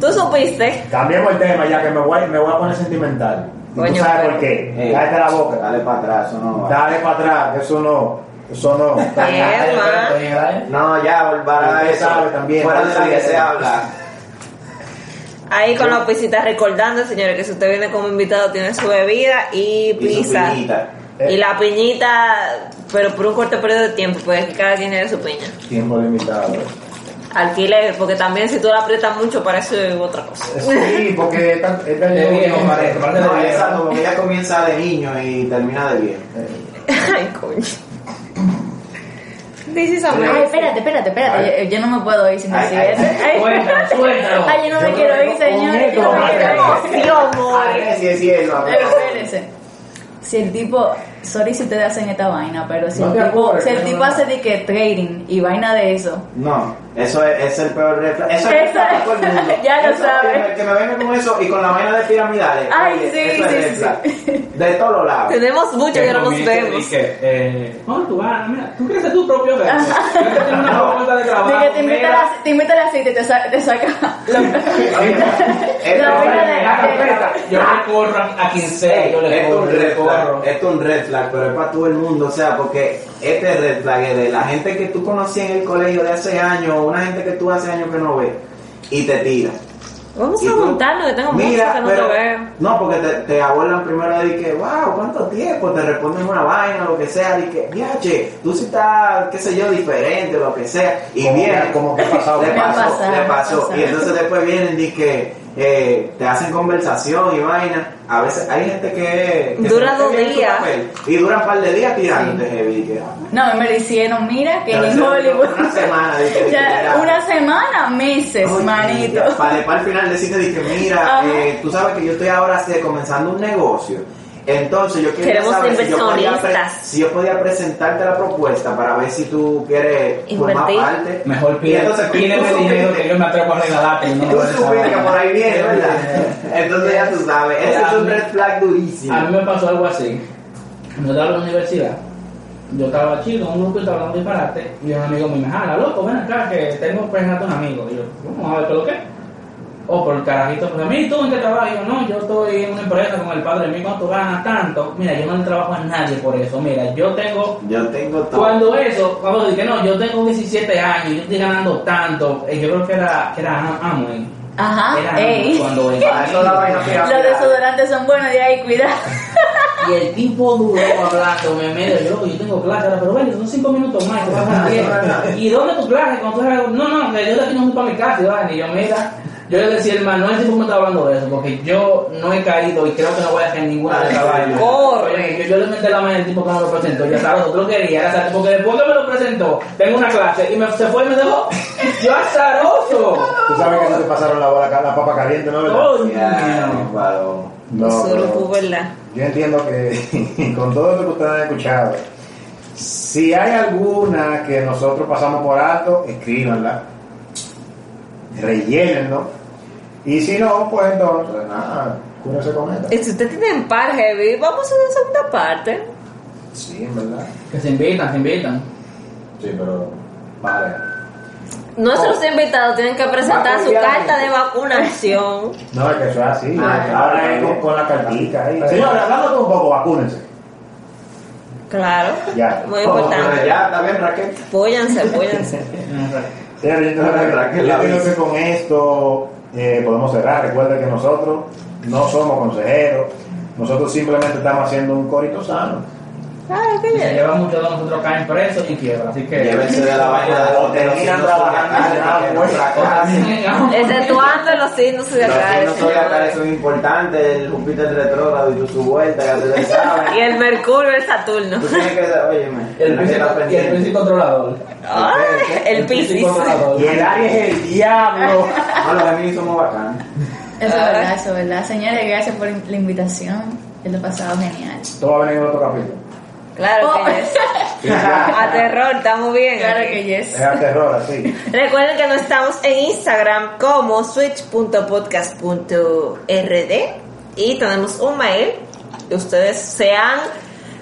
[SPEAKER 5] Tú supiste.
[SPEAKER 6] Cambiemos el tema ya que me voy, me voy a poner sentimental. ¿Y
[SPEAKER 5] Coño,
[SPEAKER 6] ¿Tú sabes
[SPEAKER 5] pero-
[SPEAKER 6] por qué?
[SPEAKER 4] Ey,
[SPEAKER 6] Cállate la boca. Dale,
[SPEAKER 4] Dale para atrás, eso eh. Ah, no va.
[SPEAKER 6] para atrás, eso no, eso no.
[SPEAKER 5] Eh, ma.
[SPEAKER 4] No, ya, Bárbara,
[SPEAKER 6] Usted
[SPEAKER 4] eso.
[SPEAKER 6] sabe también,
[SPEAKER 4] Fuera de
[SPEAKER 6] usted
[SPEAKER 4] lo que
[SPEAKER 6] sabe.
[SPEAKER 4] se habla.
[SPEAKER 5] Ahí con la pisita recordando, señores, que si usted viene como invitado tiene su bebida y
[SPEAKER 4] Y su
[SPEAKER 5] pizza.
[SPEAKER 4] piñita.
[SPEAKER 5] Y la piñita, pero por un corto periodo de tiempo, pues aquí cada quien tiene su piña.
[SPEAKER 6] Tiempo limitado.
[SPEAKER 5] Alquiler, porque también si tú la aprietas mucho parece otra cosa.
[SPEAKER 6] Sí, porque eh, esta esta
[SPEAKER 10] De viejo, parece, parece de
[SPEAKER 4] No,
[SPEAKER 10] viejo.
[SPEAKER 4] exacto, porque ella comienza de niño y termina de viejo.
[SPEAKER 5] Ay, coño. This is
[SPEAKER 7] Ay,
[SPEAKER 5] amazing.
[SPEAKER 7] espérate, espérate, espérate. Yo, yo no me puedo ir sin
[SPEAKER 4] Ay,
[SPEAKER 7] decir
[SPEAKER 4] ay,
[SPEAKER 7] eso. Ay,
[SPEAKER 10] Suéltalo, suéltalo.
[SPEAKER 7] Ay, yo no me quiero ir, señor. Yo no me quiero ir.
[SPEAKER 5] Emoción, more.
[SPEAKER 4] Sí, es cierto.
[SPEAKER 7] Pero espérense. Si el tipo, sorry si ustedes hacen esta vaina, pero si
[SPEAKER 6] No
[SPEAKER 7] el
[SPEAKER 6] te
[SPEAKER 7] tipo,
[SPEAKER 6] apures,
[SPEAKER 7] si el
[SPEAKER 6] no,
[SPEAKER 7] tipo
[SPEAKER 6] no.
[SPEAKER 7] hace de que trading y vaina de eso,
[SPEAKER 4] No, eso es, es el peor reflejo. Eso es
[SPEAKER 7] Eso-
[SPEAKER 4] para todo el mundo.
[SPEAKER 7] ya lo
[SPEAKER 4] Eso,
[SPEAKER 7] sabe.
[SPEAKER 4] que me- Que me venga con eso y con la vaina de piramidales.
[SPEAKER 7] Ay, sí,
[SPEAKER 4] eso
[SPEAKER 7] sí,
[SPEAKER 4] es
[SPEAKER 7] sí,
[SPEAKER 4] red flag. De todos los lados.
[SPEAKER 5] Tenemos mucho que no nos
[SPEAKER 10] comience
[SPEAKER 5] vemos.
[SPEAKER 10] y que, eh, ¿Cómo tú vas? Mira, tú quieres ser tu propio jefe. Tú quieres tener una cuenta de trabajo.
[SPEAKER 7] de que te invitan
[SPEAKER 10] mira.
[SPEAKER 7] a, te invitan a cita y te, sa- te saca la,
[SPEAKER 4] Esto
[SPEAKER 7] la vaina
[SPEAKER 4] es-
[SPEAKER 7] de
[SPEAKER 10] La carpeta. Yo le corro a quien sea. Yo le
[SPEAKER 4] Esto
[SPEAKER 10] corro,
[SPEAKER 4] es un
[SPEAKER 10] yo le
[SPEAKER 4] red flag,
[SPEAKER 10] corro.
[SPEAKER 4] esto es un red flag, pero es para todo el mundo, o sea, porque este red flag es de la gente que tú conocías en el colegio de hace años, una gente que tú hace años que no ves, y te tira.
[SPEAKER 5] Vamos
[SPEAKER 4] Y
[SPEAKER 5] a
[SPEAKER 4] tú-
[SPEAKER 5] juntarnos, que tengo mucho
[SPEAKER 4] Mira,
[SPEAKER 5] que no
[SPEAKER 4] pero-
[SPEAKER 5] te veo.
[SPEAKER 4] No, porque te, te abuelan primero de que, wow, ¿cuánto tiempo? Te responden una vaina, lo que sea, de que, viaje, tú sí estás, qué sé yo, diferente, lo que sea. Y
[SPEAKER 6] Como
[SPEAKER 4] viene,
[SPEAKER 6] que- como que ha pasado,
[SPEAKER 4] le
[SPEAKER 7] Me ha
[SPEAKER 4] pasó,
[SPEAKER 7] pasado,
[SPEAKER 4] le
[SPEAKER 7] me ha
[SPEAKER 4] pasó.
[SPEAKER 7] pasado.
[SPEAKER 4] Y entonces después vienen y que eh, te hacen conversación y vaina. A veces hay gente que... que
[SPEAKER 5] Dura
[SPEAKER 4] se mete
[SPEAKER 5] dos
[SPEAKER 4] bien en su
[SPEAKER 5] días.
[SPEAKER 4] papel Y dura un par de días tirándote, heavy, que, ah,
[SPEAKER 7] No, me hicieron, mira, que
[SPEAKER 4] Pero
[SPEAKER 7] en
[SPEAKER 4] eso
[SPEAKER 7] Hollywood.
[SPEAKER 4] una semana, dije,
[SPEAKER 7] Ya,
[SPEAKER 4] literal.
[SPEAKER 7] una semana, meses,
[SPEAKER 4] Oye,
[SPEAKER 7] manito.
[SPEAKER 4] ya, Para después al final decirte, dije, mira,
[SPEAKER 7] Ajá.
[SPEAKER 4] eh, tú sabes que yo estoy ahora eh, comenzando un negocio. Entonces yo quiero
[SPEAKER 5] Queremos
[SPEAKER 4] saber si yo, podía pre-
[SPEAKER 5] inversionistas.
[SPEAKER 4] si yo podía presentarte la propuesta para ver si tú quieres
[SPEAKER 5] Invertir.
[SPEAKER 4] formar parte.
[SPEAKER 10] Mejor
[SPEAKER 4] Y
[SPEAKER 10] pide,
[SPEAKER 4] entonces,
[SPEAKER 10] pídeme
[SPEAKER 4] tú
[SPEAKER 10] dinero
[SPEAKER 4] supiste-
[SPEAKER 10] que yo me atrevo a regalarte. no
[SPEAKER 4] Tú
[SPEAKER 10] me des
[SPEAKER 4] supiste que
[SPEAKER 10] esa
[SPEAKER 4] por ahí viene,
[SPEAKER 10] vaina.
[SPEAKER 4] ¿verdad? Entonces ya tú sabes, ese es un
[SPEAKER 10] Ya.
[SPEAKER 4] red flag
[SPEAKER 10] A mí
[SPEAKER 4] durísimo.
[SPEAKER 10] me pasó algo así. Yo estaba en la universidad. Yo estaba chido, un grupo y estaba hablando disparate.
[SPEAKER 2] pues,
[SPEAKER 10] Y un amigo me dijo, jala, loco, ven acá, que tengo presente a un amigo. Y yo, vamos a ver qué es lo que es.
[SPEAKER 2] Oh, por el carajito, porque a mí tú en qué trabajas, yo no, yo estoy en una empresa con el padre mío, cuando tú ganas tanto, mira, yo no le trabajo a nadie por eso, mira, yo tengo
[SPEAKER 4] Yo tengo todo.
[SPEAKER 2] cuando eso, vamos a decir que no, yo tengo 17 años, yo estoy ganando tanto, eh, yo creo que era, que era Am- Amway. Era
[SPEAKER 7] Ajá,
[SPEAKER 2] Amway
[SPEAKER 7] ey.
[SPEAKER 2] cuando
[SPEAKER 4] Ah, eso es la vaina que
[SPEAKER 7] Los desodorantes son buenos de ahí, cuidado.
[SPEAKER 2] Y el tipo duró hablando, me medio, yo, loco, yo tengo clase ahora, pero bueno, son 5 minutos más, y te vas a diez. ¿Y dónde tu clase? Cuando tú salgas, no, no, que yo de aquí no voy para mi casa, y vaina. Y yo, mira, yo le decía, hermano, no es tipo me está hablando de eso, porque yo no he caído y creo que no voy a hacer ninguna de esas vainas. Oye, yo, yo le metí la mano al tipo que me lo presentó, ya sabes, otro quería, era azar, porque después que me lo presentó, tengo una clase, y me, se fue y me dejó, yo azaroso.
[SPEAKER 6] Tú sabes que no te pasaron la, bola, ca- la papa caliente, ¿no? ¿Verdad?
[SPEAKER 2] Oh,
[SPEAKER 4] Ya,
[SPEAKER 2] no.
[SPEAKER 4] bárbaro.
[SPEAKER 6] No,
[SPEAKER 5] Solo
[SPEAKER 6] pero-
[SPEAKER 5] fue verdad.
[SPEAKER 6] Yo entiendo que con todo lo que ustedes han escuchado, si hay alguna que nosotros pasamos por alto, escríbanla, rellénenlo, y si no, pues entonces, nada, cúrense con esta.
[SPEAKER 5] Y si Este, usted tiene un par heavy, vamos a una segunda parte.
[SPEAKER 6] Sí, en verdad.
[SPEAKER 2] Que se invitan, se invitan.
[SPEAKER 6] Sí, pero vale.
[SPEAKER 5] Nuestros invitados tienen que
[SPEAKER 7] Ah,
[SPEAKER 5] presentar su carta de vacunación.
[SPEAKER 6] No, es que eso es así.
[SPEAKER 4] Ah,
[SPEAKER 6] ahora
[SPEAKER 4] claro.
[SPEAKER 6] es con, con la cartica ahí. Señores, hablando todo un poco, vacúnense.
[SPEAKER 5] Claro.
[SPEAKER 6] Ya.
[SPEAKER 5] Muy
[SPEAKER 4] Oh, pero
[SPEAKER 5] importante.
[SPEAKER 4] ya, está bien, Raquel.
[SPEAKER 5] Apóyanse, apóyanse.
[SPEAKER 6] Señores, yo
[SPEAKER 4] Ah,
[SPEAKER 6] creo
[SPEAKER 4] ¿verdad
[SPEAKER 6] que,
[SPEAKER 4] que la
[SPEAKER 6] yo creo
[SPEAKER 4] ves?
[SPEAKER 6] que con esto eh, podemos cerrar. Recuerden que nosotros no somos consejeros, nosotros simplemente estamos haciendo un corito sano.
[SPEAKER 5] Claro, que
[SPEAKER 2] Se
[SPEAKER 5] bien.
[SPEAKER 2] lleva mucho de nosotros caen presos y quiebra, así que.
[SPEAKER 4] Llévense de la vaina de los telos si no son de acá, de acá, de
[SPEAKER 2] Ah,
[SPEAKER 4] otra clase.
[SPEAKER 5] Exceptuando los signos de
[SPEAKER 4] Los
[SPEAKER 5] acá.
[SPEAKER 4] signos zodiacales son importantes, el Júpiter retrógrado y tú su vuelta, ya te lo sabes.
[SPEAKER 5] Y el Mercurio, el Saturno.
[SPEAKER 4] Tú tienes que saber, óyeme,
[SPEAKER 2] El
[SPEAKER 4] tienes que
[SPEAKER 2] príncipe, y
[SPEAKER 4] estar
[SPEAKER 2] el
[SPEAKER 4] pendiente.
[SPEAKER 2] príncipe controlador.
[SPEAKER 5] Ay, el
[SPEAKER 2] príncipe
[SPEAKER 5] Piscis.
[SPEAKER 2] controlador.
[SPEAKER 4] Y el Aries es el diablo. No, los Géminis somos bacanos.
[SPEAKER 7] Eso es
[SPEAKER 5] Ah.
[SPEAKER 7] verdad, eso es verdad. Señores, gracias por la invitación. Yo lo he pasado genial.
[SPEAKER 6] Todo va a venir en otro capítulo.
[SPEAKER 5] Claro que yes. A terror, estamos bien.
[SPEAKER 7] Oh. Claro que yes.
[SPEAKER 6] Es a terror, así.
[SPEAKER 5] Recuerden que no estamos en Instagram como switch.podcast.rd y tenemos un mail. Y Ustedes se han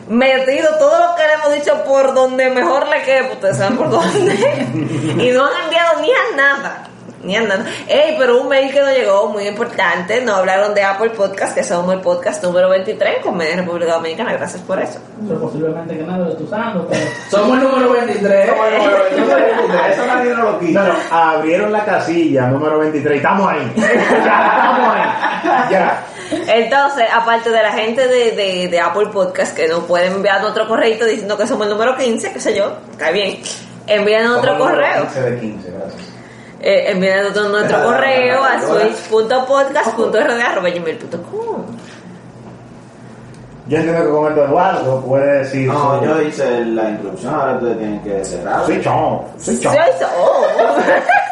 [SPEAKER 5] metido todo lo que le hemos dicho por donde mejor le quede, pues ustedes saben por dónde. y no han enviado ni a nada. Ni a nada. Ey, pero un mail que nos llegó muy importante. No hablaron de Apple Podcast, que somos el podcast número 23 con Media República Dominicana. Gracias por eso.
[SPEAKER 2] Pero posiblemente que nadie lo esté usando. pero Somos el número 23.
[SPEAKER 4] Eso nadie nos lo
[SPEAKER 6] No,
[SPEAKER 4] quita.
[SPEAKER 6] no, abrieron la casilla número 23 y estamos ahí. ya, estamos ahí. Ya.
[SPEAKER 5] Entonces, aparte de la gente de, de, de Apple Podcast que no pueden enviar otro correo diciendo que somos el número 15, qué sé yo, está bien. Envíen otro
[SPEAKER 6] Somos número
[SPEAKER 5] correo.
[SPEAKER 6] 15 de 15, gracias.
[SPEAKER 5] Eh, envíen otro, nuestro
[SPEAKER 4] Claro,
[SPEAKER 5] correo a
[SPEAKER 4] claro, claro.
[SPEAKER 5] switch.podcast.rd.gmail.com
[SPEAKER 6] Yo entiendo que con esto Eduardo puede decir.
[SPEAKER 4] No, yo hice la introducción, ahora ustedes tienen que cerrar.
[SPEAKER 6] Switch on, switch
[SPEAKER 5] Sí,
[SPEAKER 6] on.
[SPEAKER 5] eso. Oh.